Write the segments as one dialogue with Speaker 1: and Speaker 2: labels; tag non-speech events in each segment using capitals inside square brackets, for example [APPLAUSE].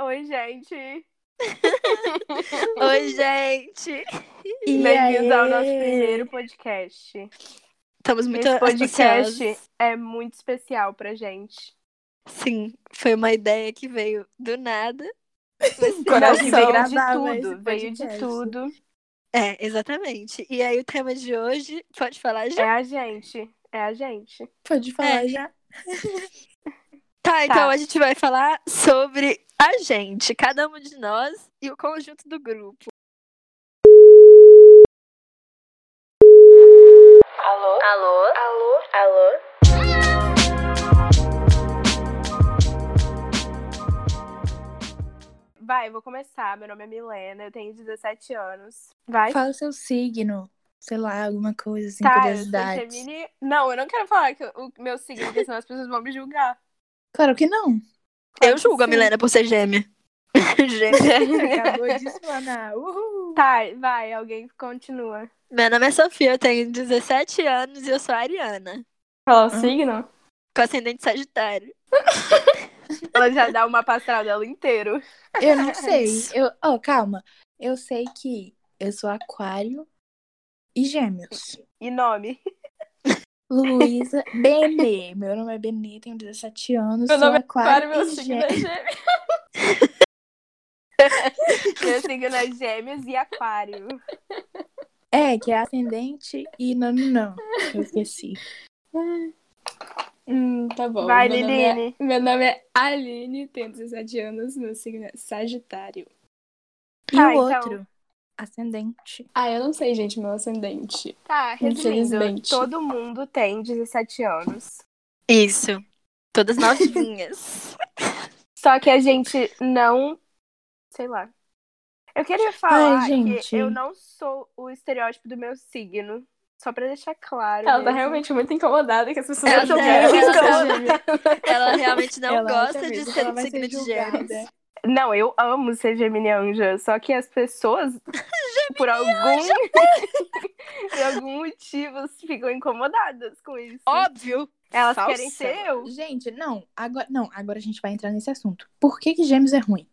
Speaker 1: Oi, gente.
Speaker 2: [LAUGHS] Oi, gente.
Speaker 3: E
Speaker 1: Bem-vindos ao nosso
Speaker 3: aê?
Speaker 1: primeiro podcast.
Speaker 2: Estamos muito
Speaker 1: Esse podcast
Speaker 2: ansiosos.
Speaker 1: é muito especial pra gente.
Speaker 2: Sim, foi uma ideia que veio do nada.
Speaker 1: Não,
Speaker 3: Coração.
Speaker 1: que veio de
Speaker 3: Gravar mais
Speaker 1: tudo,
Speaker 3: um
Speaker 1: veio de
Speaker 3: podcast.
Speaker 1: tudo.
Speaker 2: É, exatamente. E aí o tema de hoje, pode falar já?
Speaker 1: É a gente, é a gente.
Speaker 3: Pode falar já.
Speaker 2: Tá, então a gente vai falar sobre a gente, cada um de nós e o conjunto do grupo.
Speaker 4: Alô? Alô? Alô? Alô?
Speaker 1: Vai, eu vou começar. Meu nome é Milena, eu tenho 17 anos. Vai.
Speaker 3: Fala o seu signo. Sei lá, alguma coisa assim,
Speaker 1: tá, eu sou
Speaker 3: curiosidade.
Speaker 1: Gemini. Não, eu não quero falar que o meu signo, porque senão as pessoas vão me julgar.
Speaker 3: Claro que não.
Speaker 2: Eu julgo a Milena por ser gêmea. gêmea.
Speaker 3: Acabou de explanar.
Speaker 1: [LAUGHS]
Speaker 3: Uhul.
Speaker 1: Tá, vai, alguém continua.
Speaker 2: Meu nome é Sofia, eu tenho 17 anos e eu sou ariana,
Speaker 1: Qual é
Speaker 2: Ah.
Speaker 1: o signo?
Speaker 2: com ascendente sagitário.
Speaker 1: Ela já dá uma pastral dela inteiro.
Speaker 3: Eu não sei. Eu... Oh, calma. Eu sei que eu sou aquário e gêmeos.
Speaker 1: E nome?
Speaker 3: Luísa Benê. Meu nome é Benê, tenho 17 anos.
Speaker 1: Meu
Speaker 3: sou
Speaker 1: nome é
Speaker 3: aquário,
Speaker 1: meu
Speaker 3: e
Speaker 1: signo é
Speaker 3: gêmeos.
Speaker 1: gêmeos. [LAUGHS] meu signo é gêmeos e aquário.
Speaker 3: É, que é ascendente e não, não, não. Eu esqueci.
Speaker 5: Hum, tá bom.
Speaker 1: Vai,
Speaker 5: meu nome é-
Speaker 1: Liline.
Speaker 5: meu nome é Aline, tenho 17 anos, meu signo é Sagitário.
Speaker 3: E
Speaker 1: Tá,
Speaker 3: o
Speaker 1: então.
Speaker 3: outro? Ascendente.
Speaker 5: Ah, eu não sei, gente, meu ascendente.
Speaker 1: Tá, resumindo,
Speaker 5: Infelizmente.
Speaker 1: todo mundo tem 17 anos.
Speaker 2: Isso. Todas novinhas.
Speaker 1: Só que a gente não. Sei lá. Eu queria falar
Speaker 3: Ai, gente.
Speaker 1: que eu não sou o estereótipo do meu signo. Só pra deixar claro.
Speaker 5: Ela tá
Speaker 1: mesmo.
Speaker 5: realmente muito incomodada que as pessoas
Speaker 2: Ela
Speaker 5: acham
Speaker 2: tá-
Speaker 5: que ela é
Speaker 2: ela tá-
Speaker 5: Sagitário.
Speaker 2: Ela realmente não
Speaker 3: Ela acha
Speaker 2: gosta de
Speaker 3: mesmo que
Speaker 2: ser
Speaker 3: ela
Speaker 2: do
Speaker 3: vai ser
Speaker 2: signo de
Speaker 3: julgada.
Speaker 2: gêmeos.
Speaker 1: Não, eu amo ser geminianja. Só que as pessoas, por algum. [LAUGHS] por algum motivo, ficam incomodadas com isso.
Speaker 2: Óbvio.
Speaker 1: Elas
Speaker 2: Falsa.
Speaker 1: querem ser eu.
Speaker 3: Gente, não, agora, não, agora a gente vai entrar nesse assunto. Por que, que gêmeos é ruim?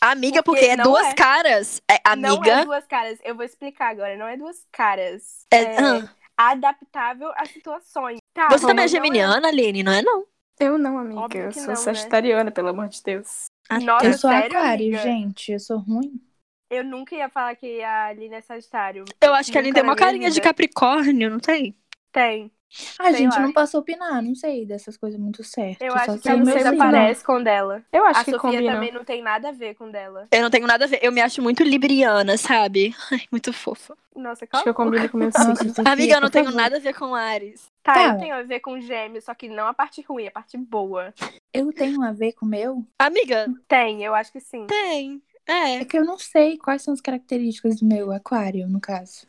Speaker 2: Amiga, porque,
Speaker 1: Porque
Speaker 2: é
Speaker 1: não
Speaker 2: duas
Speaker 1: é.
Speaker 2: caras. É,
Speaker 1: Não é
Speaker 2: amiga.
Speaker 1: duas caras. Eu vou explicar agora. Não é duas caras.
Speaker 2: É-
Speaker 1: É
Speaker 2: ah,
Speaker 1: adaptável às situações. Tá,
Speaker 2: você também é
Speaker 1: mas não
Speaker 2: geminiana, Aline? Não é, não?
Speaker 5: Eu não, amiga,
Speaker 1: Óbvio
Speaker 5: eu
Speaker 1: que
Speaker 5: sou
Speaker 1: não, né?
Speaker 5: Sagitariana, pelo amor de Deus.
Speaker 2: Ah,
Speaker 1: Nossa.
Speaker 3: eu
Speaker 2: tá.
Speaker 3: sou
Speaker 1: sério,
Speaker 3: aquário,
Speaker 1: amiga?
Speaker 3: gente, eu sou ruim.
Speaker 1: Eu nunca ia falar que a Aline é Sagitário.
Speaker 2: Eu acho que a Aline
Speaker 1: Nunca
Speaker 2: tem
Speaker 1: na
Speaker 2: uma
Speaker 1: minha
Speaker 2: carinha de
Speaker 1: vida.
Speaker 2: Capricórnio, não tem?
Speaker 1: Tem.
Speaker 3: Ah,
Speaker 1: Sei
Speaker 3: gente,
Speaker 1: lá.
Speaker 3: não posso opinar, não sei dessas coisas muito certo.
Speaker 1: Eu
Speaker 3: só
Speaker 1: acho que
Speaker 3: sei
Speaker 1: ela
Speaker 3: o meu
Speaker 1: não
Speaker 2: né?
Speaker 1: se
Speaker 3: signo.
Speaker 1: aparece com o dela.
Speaker 5: Eu acho
Speaker 1: a
Speaker 5: que
Speaker 1: Sofia tá
Speaker 5: combina.
Speaker 1: também não tem nada a ver com o dela.
Speaker 2: Eu não tenho nada a ver. Eu me acho muito libriana, sabe? Ai, muito fofa.
Speaker 1: Nossa,
Speaker 5: Acho
Speaker 1: calma.
Speaker 5: que eu combino com o meu
Speaker 3: Nossa,
Speaker 5: signo.
Speaker 3: Sofia,
Speaker 2: Amiga, eu não
Speaker 3: por
Speaker 2: tenho
Speaker 3: favor.
Speaker 2: nada a ver com Ares.
Speaker 1: Tá, eu
Speaker 3: Tá.
Speaker 1: tenho a ver com gêmeos, só que não a parte ruim, a parte boa.
Speaker 3: Eu tenho a ver com o meu?
Speaker 2: Amiga,
Speaker 1: Tem, eu acho que sim.
Speaker 2: tem. É.
Speaker 3: É que eu não sei quais são as características do meu aquário, no caso.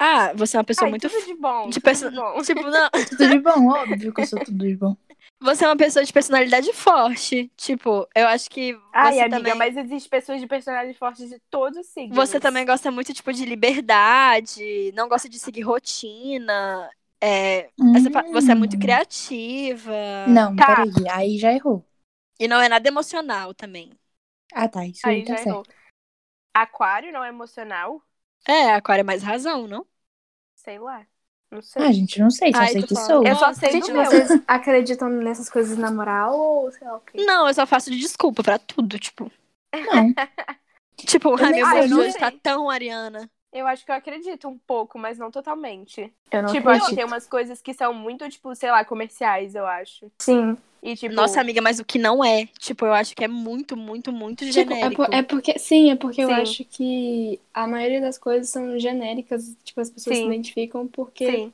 Speaker 2: Ah, você é uma pessoa
Speaker 1: Ai,
Speaker 2: muito.
Speaker 1: tudo
Speaker 2: f-
Speaker 1: de bom.
Speaker 2: de
Speaker 1: tudo
Speaker 2: perso-
Speaker 1: de bom.
Speaker 2: Tipo, não.
Speaker 3: Tudo de bom, óbvio que eu sou tudo de bom.
Speaker 2: Você é uma pessoa de personalidade forte. Tipo, eu acho que. Você
Speaker 1: Ai, amiga,
Speaker 2: também...
Speaker 1: mas existem pessoas de personalidade fortes de todos os signos.
Speaker 2: Você também gosta muito, tipo, de liberdade, não gosta de seguir rotina. é, essa pa- Você é muito
Speaker 3: Hum.
Speaker 2: criativa.
Speaker 3: Não,
Speaker 1: Tá.
Speaker 3: peraí, aí já errou.
Speaker 2: E não é nada emocional também.
Speaker 3: Ah, tá, isso aí,
Speaker 1: Aí
Speaker 3: tá
Speaker 1: já
Speaker 3: certo.
Speaker 1: errou. Aquário não é emocional?
Speaker 2: É, aquário é mais razão, não?
Speaker 1: Sei lá. Não sei.
Speaker 3: Ah, gente, não sei, só
Speaker 2: Ai,
Speaker 3: sei
Speaker 2: tô
Speaker 3: que
Speaker 2: falando.
Speaker 3: sou.
Speaker 1: Eu só sei
Speaker 5: Gente,
Speaker 1: do meu.
Speaker 5: vocês [LAUGHS] acreditam nessas coisas na moral ou sei lá o quê?
Speaker 2: Não, eu só faço de desculpa pra tudo, tipo.
Speaker 3: Não.
Speaker 2: Tipo,
Speaker 3: Eu
Speaker 2: ai,
Speaker 3: nem
Speaker 2: meu
Speaker 3: sei,
Speaker 2: mood
Speaker 3: não
Speaker 2: hoje tá
Speaker 1: sei.
Speaker 2: tão ariana.
Speaker 1: Eu acho que eu acredito um pouco, mas não totalmente.
Speaker 5: Eu não
Speaker 1: tipo, eu acho que
Speaker 5: acredito.
Speaker 1: tem umas coisas que são muito, tipo, sei lá, comerciais, eu acho.
Speaker 5: Sim.
Speaker 1: E tipo.
Speaker 2: Nossa, amiga, mas o que não é? Tipo, eu acho que é muito, muito, muito
Speaker 5: Tipo, é,
Speaker 2: genérico.
Speaker 5: por- é porque. Sim, é porque eu
Speaker 1: Sim.
Speaker 5: acho que a maioria das coisas são genéricas. Tipo, as pessoas
Speaker 1: Sim.
Speaker 5: se identificam porque
Speaker 1: sim.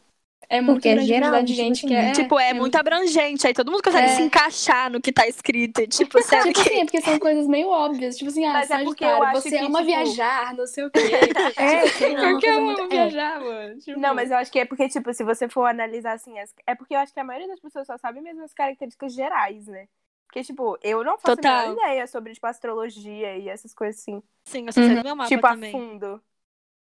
Speaker 5: é muito
Speaker 3: Porque é
Speaker 5: grande a
Speaker 3: geral,
Speaker 5: quantidade de
Speaker 3: tipo
Speaker 5: gente
Speaker 3: assim,
Speaker 5: que é.
Speaker 2: Tipo, é, muito abrangente. Aí todo mundo consegue
Speaker 5: É.
Speaker 2: se encaixar no que tá escrito. E, tipo, sendo
Speaker 5: Tipo
Speaker 2: que.
Speaker 5: assim, é porque são coisas meio óbvias. Tipo assim, ah,
Speaker 1: Mas é porque eu
Speaker 5: Sagitário,
Speaker 1: acho
Speaker 5: você
Speaker 1: que,
Speaker 5: ama
Speaker 1: tipo-
Speaker 5: viajar, não sei o [LAUGHS] quê. Tipo,
Speaker 3: É, sei lá, uma coisa
Speaker 5: porque eu amo
Speaker 3: muito- é.
Speaker 5: viajar, mano. Tipo,
Speaker 1: Não, mas eu acho que é porque, tipo, se você for analisar assim, as- é porque eu acho que a maioria das pessoas só sabe mesmo as características gerais, né? Porque, tipo, eu não faço a
Speaker 2: Total.
Speaker 1: menor ideia sobre, tipo, astrologia e essas coisas assim.
Speaker 2: Sim, eu só sei do meu mapa
Speaker 1: tipo,
Speaker 2: também.
Speaker 1: a fundo.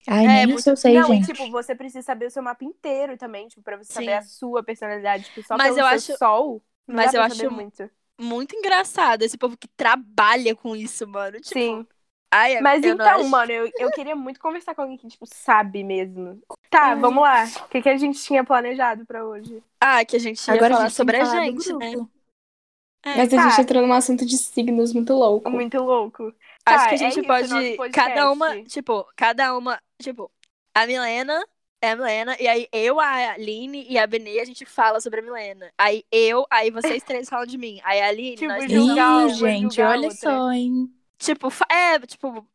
Speaker 3: Ai,
Speaker 2: É,
Speaker 3: nem
Speaker 2: muito-
Speaker 3: isso eu sei,
Speaker 1: não,
Speaker 3: gente.
Speaker 1: e tipo, você precisa saber o seu mapa inteiro também, tipo, pra você
Speaker 2: Sim.
Speaker 1: saber a sua personalidade, tipo, só
Speaker 2: Mas
Speaker 1: pelo
Speaker 2: eu
Speaker 1: seu
Speaker 2: acho-
Speaker 1: sol. não
Speaker 2: mas
Speaker 1: dá
Speaker 2: eu
Speaker 1: pra saber
Speaker 2: acho- tipo,
Speaker 1: muito.
Speaker 2: muito engraçado esse povo que trabalha com isso, mano. Tipo,
Speaker 1: Sim.
Speaker 2: ai,
Speaker 1: Mas
Speaker 2: é, eu não
Speaker 1: então,
Speaker 2: acho-
Speaker 1: mano, eu, eu queria muito conversar com alguém que, tipo, sabe mesmo. Tá, vamos lá. O que, que a gente tinha planejado pra hoje?
Speaker 2: Ah, que a gente ia
Speaker 3: Agora
Speaker 2: falar
Speaker 3: a gente
Speaker 2: sobre
Speaker 3: tem
Speaker 2: a
Speaker 3: que falar do
Speaker 2: gente, né?
Speaker 3: grupo.
Speaker 2: É,
Speaker 5: Mas
Speaker 1: tá.
Speaker 5: a gente entrou num assunto de signos muito louco.
Speaker 1: Muito louco.
Speaker 2: Acho
Speaker 1: Tá,
Speaker 2: que a
Speaker 1: é
Speaker 2: gente
Speaker 1: isso, nosso
Speaker 2: pode.
Speaker 1: podcast.
Speaker 2: Cada uma, tipo, cada uma. Tipo, a Milena é a Milena. E aí eu, a Aline e a Benê, a gente fala sobre a Milena. Aí eu, aí vocês três falam de mim. Aí a Aline,
Speaker 1: Tipo,
Speaker 2: nós
Speaker 1: Vou
Speaker 2: três
Speaker 1: julgar
Speaker 3: Ih,
Speaker 1: uma,
Speaker 2: falamos.
Speaker 3: gente,
Speaker 1: julgar
Speaker 3: olha
Speaker 1: outra.
Speaker 3: só, hein?
Speaker 2: Tipo, fa- é, tipo,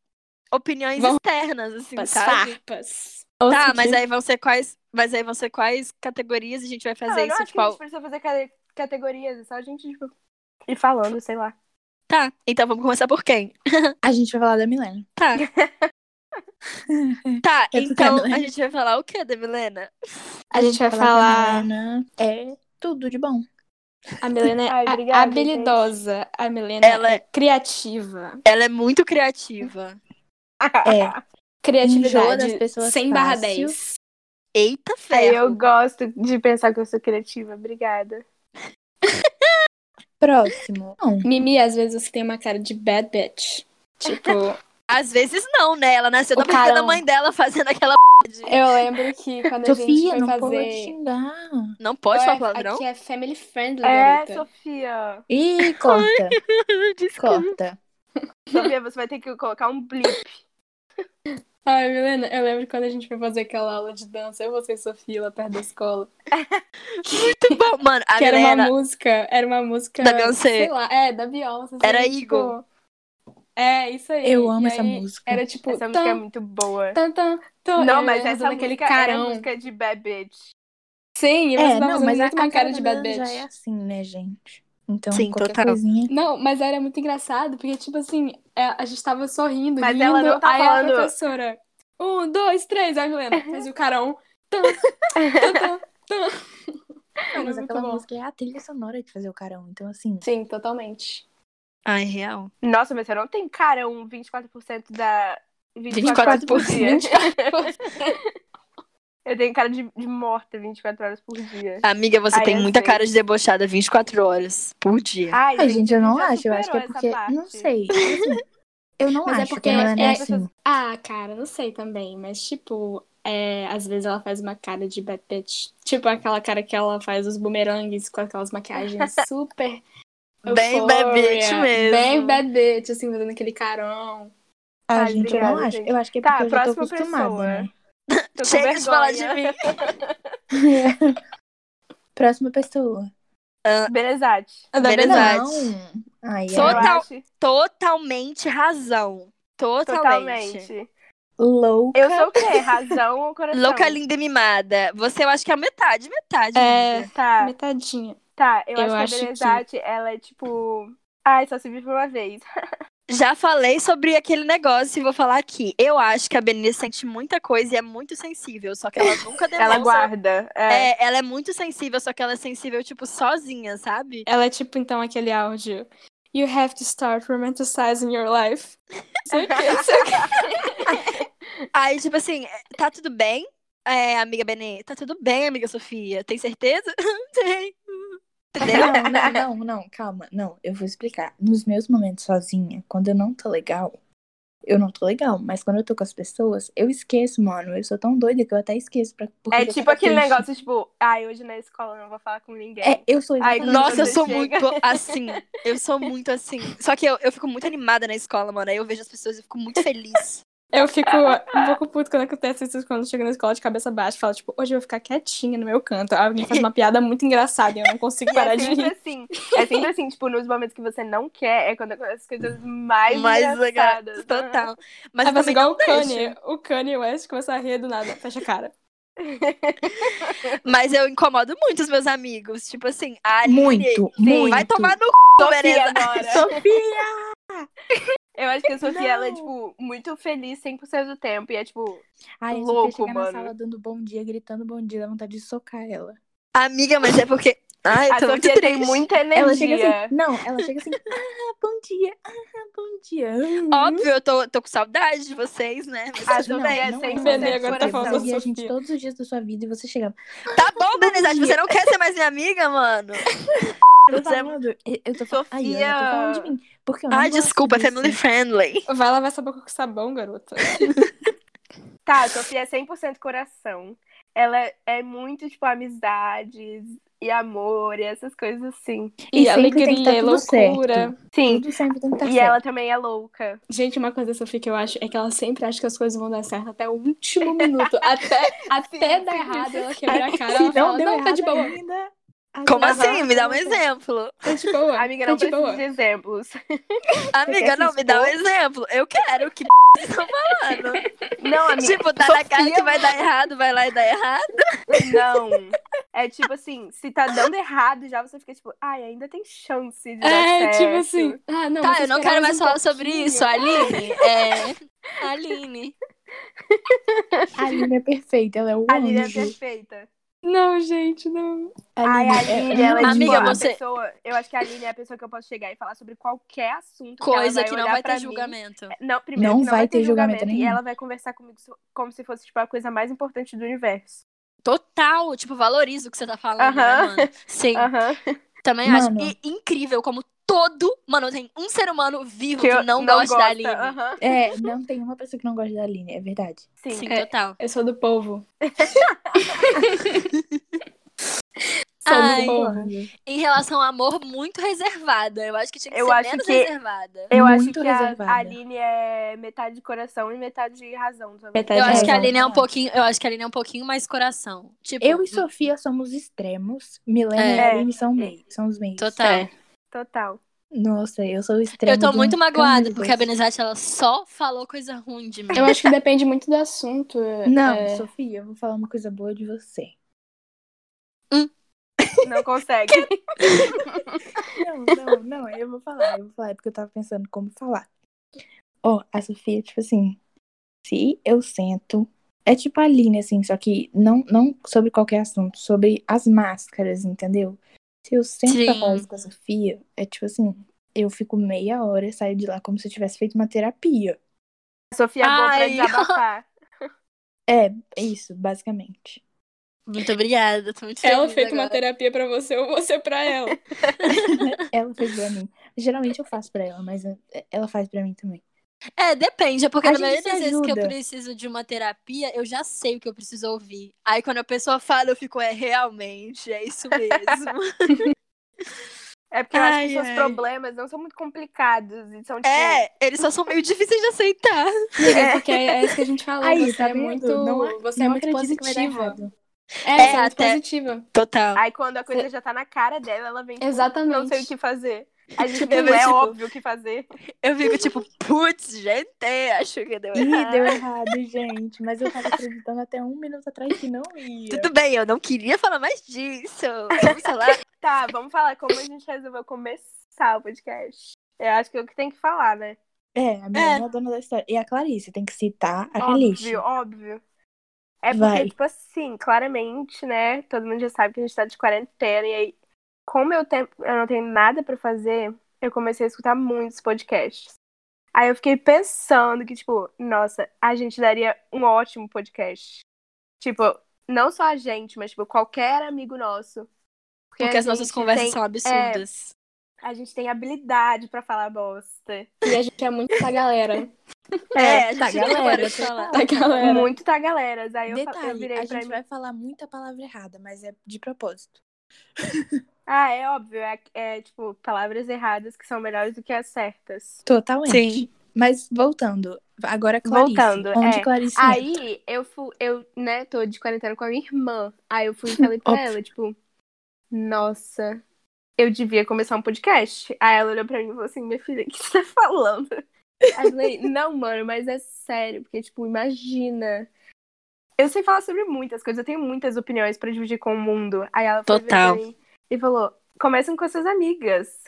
Speaker 2: opiniões
Speaker 5: Vamos-
Speaker 2: externas, assim,
Speaker 5: Farpas,
Speaker 2: sabe?
Speaker 5: farpas.
Speaker 2: Tá,
Speaker 3: Ouça
Speaker 2: mas
Speaker 3: que-
Speaker 2: aí vão ser quais. Mas aí vão ser quais categorias a gente vai
Speaker 1: Não,
Speaker 2: fazer
Speaker 1: eu não
Speaker 2: isso?
Speaker 1: acho
Speaker 2: Tipo,
Speaker 1: que a gente precisa fazer cate- categorias, é só a gente, tipo, ir falando, sei lá.
Speaker 2: tá, então vamos começar por quem?
Speaker 3: A gente vai falar da Milena.
Speaker 2: Tá.
Speaker 5: [LAUGHS]
Speaker 2: tá,
Speaker 5: É
Speaker 3: Eu tô
Speaker 2: então
Speaker 3: tendo-
Speaker 2: a gente vai falar o quê da Milena?
Speaker 5: A gente vai
Speaker 3: da
Speaker 5: falar.
Speaker 3: Milena é tudo de bom.
Speaker 5: A Milena é
Speaker 1: Ai,
Speaker 5: a-
Speaker 1: obrigada,
Speaker 5: habilidosa. A Milena
Speaker 2: Ela
Speaker 5: é criativa.
Speaker 2: Ela é muito criativa.
Speaker 1: [LAUGHS]
Speaker 3: É. Enjoa das
Speaker 5: Criatividade
Speaker 3: pessoas
Speaker 5: 100 barra
Speaker 3: fácil.
Speaker 5: 10.
Speaker 2: Eita
Speaker 1: Aí
Speaker 3: é
Speaker 2: ferro.
Speaker 1: eu gosto de pensar que eu sou criativa, obrigada.
Speaker 3: [LAUGHS] Próximo. Bom,
Speaker 5: Mimi, às vezes você tem uma cara de bad bitch. [LAUGHS] Tipo,
Speaker 2: Às vezes não, né? Ela nasceu
Speaker 5: O
Speaker 2: da barriga da
Speaker 5: carão.
Speaker 2: mãe dela fazendo aquela. [LAUGHS]
Speaker 5: eu lembro que quando a gente
Speaker 3: Sofia,
Speaker 5: foi
Speaker 3: não
Speaker 5: fazer...
Speaker 3: pode xingar.
Speaker 2: Não pode
Speaker 5: Ué,
Speaker 2: falar palavrão?
Speaker 5: Aqui é family friendly,
Speaker 1: É,
Speaker 5: garota.
Speaker 3: [LAUGHS]
Speaker 1: Sofia.
Speaker 3: Ih,
Speaker 5: [LAUGHS]
Speaker 3: corta,
Speaker 2: Desculpa.
Speaker 3: corta.
Speaker 1: Sofia, você vai ter que colocar um blip.
Speaker 5: Ai, Milena, eu lembro quando a gente foi fazer aquela aula de dança, eu, você e Sofia lá perto da escola.
Speaker 2: Muito [LAUGHS] bom. Mano, a
Speaker 5: que era
Speaker 2: Milena.
Speaker 5: uma música, era uma música...
Speaker 2: Da Beyoncé.
Speaker 5: Sei lá, é, da Beyoncé. assim,
Speaker 2: Era
Speaker 5: tipo,
Speaker 2: Igor.
Speaker 5: É, isso aí.
Speaker 3: Eu amo
Speaker 5: E
Speaker 3: essa
Speaker 5: aí,
Speaker 3: música.
Speaker 5: Era tipo...
Speaker 1: Essa música é
Speaker 5: tam,
Speaker 1: muito boa.
Speaker 5: tam, tam, tam.
Speaker 1: Não,
Speaker 5: E
Speaker 1: mas essa
Speaker 5: ela fazendo
Speaker 1: música
Speaker 5: aquele
Speaker 1: é
Speaker 5: carão.
Speaker 1: música de bad bitch.
Speaker 5: Sim, e você
Speaker 3: É,
Speaker 5: tava
Speaker 3: não,
Speaker 5: fazendo
Speaker 3: mas a,
Speaker 5: muito uma
Speaker 3: a
Speaker 5: cara de bad
Speaker 3: dela já
Speaker 5: bitch.
Speaker 3: é assim, né, gente? Então,
Speaker 2: Sim,
Speaker 3: qualquer
Speaker 2: total.
Speaker 3: coisinha.
Speaker 5: Não, mas era muito engraçado, porque, tipo assim, é, a gente tava sorrindo,
Speaker 1: Mas
Speaker 5: rindo,
Speaker 1: ela não tá
Speaker 5: aí
Speaker 1: falando-
Speaker 5: a professora, um, dois, três, aí a Milena fez o carão, tan, tan, tan, tan.
Speaker 3: Não,
Speaker 5: Era
Speaker 3: mas
Speaker 5: muito
Speaker 3: aquela
Speaker 5: bom.
Speaker 3: música é a trilha sonora de fazer o carão. Então, assim,
Speaker 5: Sim, totalmente.
Speaker 2: Ai, real.
Speaker 1: Nossa, mas você não tem cara um 24% da...
Speaker 2: 24%
Speaker 1: por dia. [LAUGHS] Eu tenho cara de, de morta 24 horas por dia.
Speaker 2: Amiga, você
Speaker 1: Ai,
Speaker 2: tem
Speaker 1: às
Speaker 2: muita
Speaker 1: vezes.
Speaker 2: cara de debochada 24 horas por dia.
Speaker 5: Ah,
Speaker 1: Ai,
Speaker 3: a gente eu não
Speaker 1: já
Speaker 3: acho. Eu acho que é
Speaker 1: superou
Speaker 3: porque.
Speaker 1: essa parte.
Speaker 3: Não sei. assim,
Speaker 5: [LAUGHS]
Speaker 3: eu não
Speaker 5: Mas é
Speaker 3: acho
Speaker 5: porque
Speaker 3: que a Milena é,
Speaker 5: é-
Speaker 3: assim.
Speaker 5: Ah, cara, não sei também, mas, tipo, é, às vezes ela faz uma cara de bad bitch. Tipo aquela cara que ela faz os bumerangues com aquelas maquiagens super...
Speaker 2: Bem bad bitch
Speaker 5: euphoria,
Speaker 2: mesmo.
Speaker 5: é. Bem bad bitch, assim, fazendo aquele carão.
Speaker 3: A
Speaker 1: Ai,
Speaker 3: gente eu não
Speaker 1: obrigada,
Speaker 3: acho.
Speaker 1: gente.
Speaker 3: Eu acho que é
Speaker 1: Tá,
Speaker 3: porque eu já tô
Speaker 1: próxima
Speaker 3: acostumada,
Speaker 1: pessoa.
Speaker 3: né?
Speaker 1: Tô com
Speaker 2: Chega de falar de
Speaker 1: vergonha.
Speaker 2: mim.
Speaker 3: Próxima pessoa.
Speaker 1: [LAUGHS] Berezati.
Speaker 5: Ah, da
Speaker 2: Verdade.
Speaker 3: Não. Ai,
Speaker 2: Sou
Speaker 1: Eu
Speaker 3: ai.
Speaker 2: Total-
Speaker 1: acho
Speaker 2: Totalmente razão. Totalmente.
Speaker 1: Totalmente.
Speaker 3: Louca.
Speaker 1: Eu sou o quê? Razão ou coração?
Speaker 2: Louca, linda e mimada. Você, eu acho que é a metade, metade.
Speaker 5: É.
Speaker 2: amiga.
Speaker 1: Tá,
Speaker 5: Metadinha.
Speaker 1: tá. Eu,
Speaker 5: Eu
Speaker 1: acho
Speaker 5: acho
Speaker 1: que a
Speaker 5: que-
Speaker 1: Berezati, ela é tipo... Ai, só se vive uma vez.
Speaker 2: Já falei sobre aquele negócio e vou falar aqui. Eu acho que a Benê sente muita coisa e é muito sensível, só que ela
Speaker 1: [LAUGHS]
Speaker 2: nunca demonstra.
Speaker 1: Ela guarda. É.
Speaker 2: É, ela é muito sensível, só que ela é sensível, tipo, sozinha, sabe?
Speaker 5: Ela é tipo, então, aquele áudio. You have to start romanticizing your life. [LAUGHS] Sei o quê, sei o quê.
Speaker 2: Aí, tipo assim, é, tá tudo bem, é, amiga Benê? Tá tudo bem, amiga Sofia? Tem certeza? [LAUGHS] Tem. Entendeu?
Speaker 3: Não, não, não, não, calma. Não, eu vou explicar. Nos meus momentos sozinha, quando eu não tô legal, eu não tô legal. Mas quando eu tô com as pessoas, eu esqueço, mano. Eu sou tão doida que eu até esqueço. Pra, porque
Speaker 1: É
Speaker 3: eu
Speaker 1: tipo
Speaker 3: tava
Speaker 1: aquele
Speaker 3: triste.
Speaker 1: negócio, tipo, ai, hoje na escola eu não vou falar com ninguém.
Speaker 3: É, eu sou
Speaker 1: Ai,
Speaker 3: exatamente
Speaker 2: Nossa, eu
Speaker 1: Você
Speaker 2: sou
Speaker 1: chega.
Speaker 2: muito assim. Eu sou muito assim. Só que eu, eu fico muito animada na escola, mano. Aí eu vejo as pessoas e fico muito feliz.
Speaker 5: Eu fico um pouco puto quando acontece isso, quando eu chego na escola de cabeça baixa. Falo, tipo, hoje eu vou ficar quietinha no meu canto. Aí Alguém faz uma piada muito engraçada e eu
Speaker 2: [LAUGHS]
Speaker 5: não consigo
Speaker 1: E
Speaker 5: parar
Speaker 1: é
Speaker 5: de
Speaker 1: sempre
Speaker 5: rir.
Speaker 1: assim. É sempre assim, tipo, nos momentos que você não quer, é quando acontecem as coisas mais,
Speaker 2: Mas legal.
Speaker 1: engraçadas.
Speaker 2: Total. Mas
Speaker 5: Aí
Speaker 2: eu
Speaker 5: faz
Speaker 2: também
Speaker 5: Ah, igual o
Speaker 2: não deixo.
Speaker 5: Kanye. O Kanye West começa a rir do nada. Fecha a cara.
Speaker 2: Mas eu incomodo muito os meus amigos. Tipo assim, a Aline,
Speaker 3: Muito, muito.
Speaker 2: Vai tomar no c,
Speaker 1: Sofia
Speaker 2: Bereza.
Speaker 1: agora.
Speaker 3: Sofia!
Speaker 1: Eu acho que a Sofia,
Speaker 3: Não.
Speaker 1: ela é, tipo, muito feliz 100% do tempo. E é, tipo,
Speaker 3: Ai,
Speaker 1: Louco,
Speaker 3: Louco, Sofia chega
Speaker 1: mano.
Speaker 3: na sala dando bom dia, gritando bom dia, dá vontade de socar ela.
Speaker 2: Amiga, mas é porque. Ai, eu
Speaker 1: a
Speaker 2: tô muito
Speaker 1: Sofia
Speaker 2: triste.
Speaker 1: tem muita energia.
Speaker 3: Ela chega assim, não, ela chega assim, ah, bom dia, ah, bom dia.
Speaker 2: Óbvio, eu tô, tô com saudade de vocês, né? Mas
Speaker 1: Ah,
Speaker 2: tudo
Speaker 1: não,
Speaker 2: bem.
Speaker 1: é
Speaker 3: não
Speaker 1: 100%
Speaker 5: Benê agora tá
Speaker 1: coração.
Speaker 5: falando
Speaker 3: Você via a
Speaker 5: Sofia.
Speaker 3: gente todos os dias da sua vida e você chegava.
Speaker 2: Tá bom, Benezade, você não quer ser mais minha amiga, mano?
Speaker 3: "Ah, Eu tô
Speaker 1: é
Speaker 2: Zé-
Speaker 3: falando, eu- eu tô fal- Ai, eu tô falando de mim. Porque eu não
Speaker 2: Ai,
Speaker 3: gosto
Speaker 2: desculpa, é
Speaker 3: disso.
Speaker 2: family friendly.
Speaker 5: Vai lavar essa boca com sabão, garota.
Speaker 1: Tá, Sofia é 100% coração. Ela é muito, tipo, amizades e amor e essas coisas assim.
Speaker 3: E
Speaker 5: E,
Speaker 3: sempre tem que tá
Speaker 5: alegria,
Speaker 3: tudo certo.
Speaker 5: loucura.
Speaker 1: Sim,
Speaker 3: Tudo sempre tem que tá estar
Speaker 1: e ela também é louca.
Speaker 5: Gente, uma coisa, Sofia, que eu acho é que ela sempre acha que as coisas vão dar certo até o último minuto.
Speaker 3: [LAUGHS]
Speaker 5: Até, até dar errado, ela quebra a cara.
Speaker 3: Se
Speaker 5: ela
Speaker 3: não
Speaker 5: fala,
Speaker 3: deu
Speaker 5: não, tá
Speaker 3: errado
Speaker 5: de boa.
Speaker 3: ainda... a
Speaker 2: Como
Speaker 3: gente
Speaker 2: assim? Me dá um
Speaker 3: vai-
Speaker 2: exemplo.
Speaker 5: Tá de boa.
Speaker 1: Amiga,
Speaker 5: tá
Speaker 1: não
Speaker 5: de
Speaker 1: precisa
Speaker 5: boa.
Speaker 1: de exemplos.
Speaker 2: Amiga,
Speaker 3: quer se
Speaker 2: não, me dá um
Speaker 3: expor?
Speaker 2: exemplo. Eu quero. Que [LAUGHS] p vocês estão falando?
Speaker 1: Não, amiga.
Speaker 2: [LAUGHS] tipo, tá na cara que vai dar errado, vai lá e dá errado.
Speaker 1: Não. É tipo assim, se tá dando errado já, você fica tipo, ai, ainda tem chance de dar
Speaker 5: É,
Speaker 1: certo.
Speaker 5: tipo assim. Ah,
Speaker 1: Então
Speaker 5: não,
Speaker 2: Tá,
Speaker 5: vou
Speaker 2: eu não
Speaker 5: esperar
Speaker 2: quero mais
Speaker 5: um
Speaker 2: falar sobre
Speaker 5: pouquinho.
Speaker 2: isso, Aline.
Speaker 1: [LAUGHS]
Speaker 2: É. Aline.
Speaker 3: A Aline é perfeita, ela é o
Speaker 1: A Lívia é
Speaker 3: anjo.
Speaker 1: perfeita.
Speaker 5: Não, gente, não.
Speaker 1: Ai, a
Speaker 3: é-
Speaker 1: Lívia, ela é
Speaker 3: não,
Speaker 1: tipo
Speaker 2: Amiga,
Speaker 1: a
Speaker 2: você-
Speaker 1: pessoa... Eu acho que a Lívia é a pessoa que eu posso chegar e falar sobre qualquer assunto
Speaker 2: Coisa
Speaker 1: que,
Speaker 2: que
Speaker 1: ela
Speaker 2: não
Speaker 1: olhar
Speaker 2: vai
Speaker 1: pra
Speaker 2: ter
Speaker 1: mim.
Speaker 2: julgamento.
Speaker 1: Não, primeiro
Speaker 3: Não
Speaker 1: que não vai,
Speaker 3: vai
Speaker 1: ter
Speaker 3: ter julgamento
Speaker 1: E
Speaker 3: nenhum.
Speaker 1: ela vai conversar comigo so- como se fosse, tipo, a coisa mais importante do universo.
Speaker 2: Total. Tipo, valorizo o que você tá falando, né,
Speaker 1: Aham.
Speaker 2: mano? Sim.
Speaker 1: Aham.
Speaker 2: Também
Speaker 3: Mano.
Speaker 2: acho e incrível como todo. Mano, tem um ser humano vivo que,
Speaker 1: eu-
Speaker 2: não, gosta, da Aline.
Speaker 1: Aham.
Speaker 3: É, não tem uma pessoa que não gosta da Aline, é verdade.
Speaker 1: Sim.
Speaker 2: Sim,
Speaker 5: É.
Speaker 2: total.
Speaker 5: Eu sou do povo.
Speaker 3: [LAUGHS]
Speaker 5: sou
Speaker 2: Ai.
Speaker 5: do povo.
Speaker 2: Em relação ao amor, muito reservada. Eu acho que tinha que
Speaker 1: Eu
Speaker 2: ser
Speaker 1: acho
Speaker 2: menos
Speaker 1: que-
Speaker 2: reservada.
Speaker 1: Eu acho
Speaker 3: Muito
Speaker 1: que a-
Speaker 3: reservada.
Speaker 1: a Aline é metade de coração e metade de razão também.
Speaker 5: Metade
Speaker 2: Eu acho que a
Speaker 5: razão.
Speaker 2: Aline é um
Speaker 3: Exato.
Speaker 2: pouquinho, eu acho que a Aline é um pouquinho mais coração. Tipo,
Speaker 3: Eu e Sofia somos extremos. Milena e
Speaker 1: Uhum. É.
Speaker 3: Aline são meio. São os meios.
Speaker 2: total.
Speaker 5: É.
Speaker 1: Total.
Speaker 3: Nossa, eu sou o extremo.
Speaker 2: Eu tô
Speaker 3: do-
Speaker 2: muito
Speaker 3: pelo amor
Speaker 2: magoada
Speaker 3: de
Speaker 2: porque
Speaker 3: Deus.
Speaker 2: a Benizete ela só falou coisa ruim de mim.
Speaker 5: Eu acho que depende muito do assunto.
Speaker 3: Não,
Speaker 5: é,
Speaker 3: Sofia, eu vou falar uma coisa boa de você.
Speaker 1: Não
Speaker 2: [LAUGHS]
Speaker 1: consegue.
Speaker 3: Não, não, não, eu vou falar, eu vou falar, é porque eu tava pensando como falar. Ó, a Sofia, tipo assim, se eu sento. É tipo a Aline, assim, só que não, não sobre qualquer assunto, sobre as máscaras, entendeu? Se eu sento pra
Speaker 2: Sim.
Speaker 3: falar isso com a Sofia, é tipo assim, eu fico meia hora e saio de lá como se eu tivesse feito uma terapia.
Speaker 1: A Sofia é boa pra
Speaker 2: Ai.
Speaker 1: desabafar.
Speaker 3: É, é isso, basicamente.
Speaker 2: Muito obrigada, tô muito feliz
Speaker 5: Ela fez uma
Speaker 2: agora.
Speaker 5: terapia pra você ou você pra ela.
Speaker 3: [LAUGHS] Ela fez pra mim. Geralmente eu faço pra ela, mas é, ela faz pra mim também.
Speaker 2: É, depende, é porque
Speaker 3: A
Speaker 2: na
Speaker 3: gente
Speaker 2: maioria
Speaker 3: se
Speaker 2: das vezes que eu
Speaker 3: ajuda.
Speaker 2: preciso de uma terapia, eu já sei o que eu preciso ouvir. Aí quando a pessoa fala, eu fico, é realmente, é isso mesmo.
Speaker 1: É porque eu acho
Speaker 2: Ai,
Speaker 1: que seus
Speaker 2: ai.
Speaker 1: problemas não são muito complicados. E são, tipo,
Speaker 2: é, eles só são meio difíceis de aceitar.
Speaker 5: Amiga, é porque é isso que a gente falou.
Speaker 3: Aí,
Speaker 5: você
Speaker 3: tá
Speaker 5: é
Speaker 3: vendo?
Speaker 5: muito,
Speaker 3: Não a-
Speaker 5: você é
Speaker 3: não
Speaker 5: muito
Speaker 3: acredito que vai dar
Speaker 5: positiva.
Speaker 3: errado.
Speaker 5: É,
Speaker 2: É,
Speaker 5: você é muito
Speaker 2: até-
Speaker 5: positiva.
Speaker 2: Total.
Speaker 1: Aí quando a coisa já tá na cara dela, ela vem. tipo,
Speaker 5: Exatamente.
Speaker 1: Não sei o que
Speaker 2: [LAUGHS]
Speaker 1: fazer. A gente
Speaker 2: Tipo,
Speaker 1: não
Speaker 2: eu
Speaker 1: é
Speaker 2: fico-
Speaker 1: óbvio o que fazer.
Speaker 2: Eu fico tipo, putz, gente, acho que deu
Speaker 3: [LAUGHS] Ih,
Speaker 2: errado.
Speaker 3: deu errado, gente. Mas eu tava acreditando até um minuto atrás que não ia.
Speaker 2: Tudo bem, eu não queria falar mais disso. [LAUGHS] Vamos falar.
Speaker 1: Tá, vamos falar como a gente resolveu começar o podcast. Eu acho que é o que tem que falar, né?
Speaker 3: É, a menina é a dona da história. E a Clarice, tem que citar a Clarice.
Speaker 1: Óbvio, óbvio. É porque,
Speaker 3: É Vai.
Speaker 1: tipo assim, claramente, né? Todo mundo já sabe que a gente tá de quarentena. E aí, como eu, te- eu não tenho nada pra fazer, eu comecei a escutar muitos podcasts. Aí eu fiquei pensando que, tipo, nossa, a gente daria um ótimo podcast. Tipo, não só a gente, mas, tipo, qualquer amigo nosso.
Speaker 2: Porque
Speaker 1: a
Speaker 2: as nossas
Speaker 1: gente
Speaker 2: conversas
Speaker 1: tem-
Speaker 2: são absurdas.
Speaker 1: A gente tem habilidade pra falar bosta.
Speaker 5: E a gente é muito da [LAUGHS] galera.
Speaker 2: É, a
Speaker 3: tá,
Speaker 2: gente não
Speaker 3: galera,
Speaker 2: para de
Speaker 3: total.
Speaker 2: falar.
Speaker 5: Da galera.
Speaker 1: Muito tá, galera. Aí eu, fa-
Speaker 3: Detalhe,
Speaker 1: eu virei
Speaker 3: a
Speaker 1: pra
Speaker 3: gente
Speaker 1: mim.
Speaker 3: vai falar muita palavra errada, mas é de propósito.
Speaker 1: Ah, é óbvio. É, é, tipo, palavras erradas que são melhores do que as certas.
Speaker 3: Totalmente.
Speaker 2: Sim.
Speaker 3: Mas voltando, agora Clarice.
Speaker 1: Voltando,
Speaker 3: Onde
Speaker 1: é.
Speaker 3: Clarice entra?
Speaker 1: Aí eu fui, eu, né, tô de quarentena com a minha irmã. Aí eu fui e falei pra
Speaker 3: Óbvio.
Speaker 1: ela, tipo, nossa, eu devia começar um podcast. Aí ela olhou pra mim e falou assim, minha filha, o que você tá falando? Aí eu falei, não, mano, mas é sério, porque, tipo, imagina. Eu sei falar sobre muitas coisas, eu tenho muitas opiniões pra dividir com o mundo. Aí ela foi ver pra
Speaker 2: Total.
Speaker 1: mim e falou: comecem com suas amigas.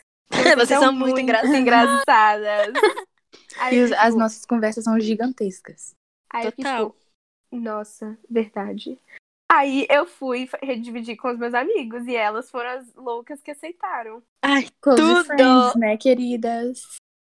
Speaker 2: Vocês são muito engraçadas.
Speaker 1: engraçadas. Aí,
Speaker 3: E
Speaker 1: eu,
Speaker 3: os- as
Speaker 1: tipo,
Speaker 3: nossas conversas são gigantescas.
Speaker 1: aí eu fiquei,
Speaker 2: Total.
Speaker 1: tipo, nossa, verdade. Aí eu fui fa- redividir com os meus amigos e elas foram as loucas que aceitaram.
Speaker 2: Ai,
Speaker 3: Close
Speaker 2: Tudo!
Speaker 3: friends, né, queridas?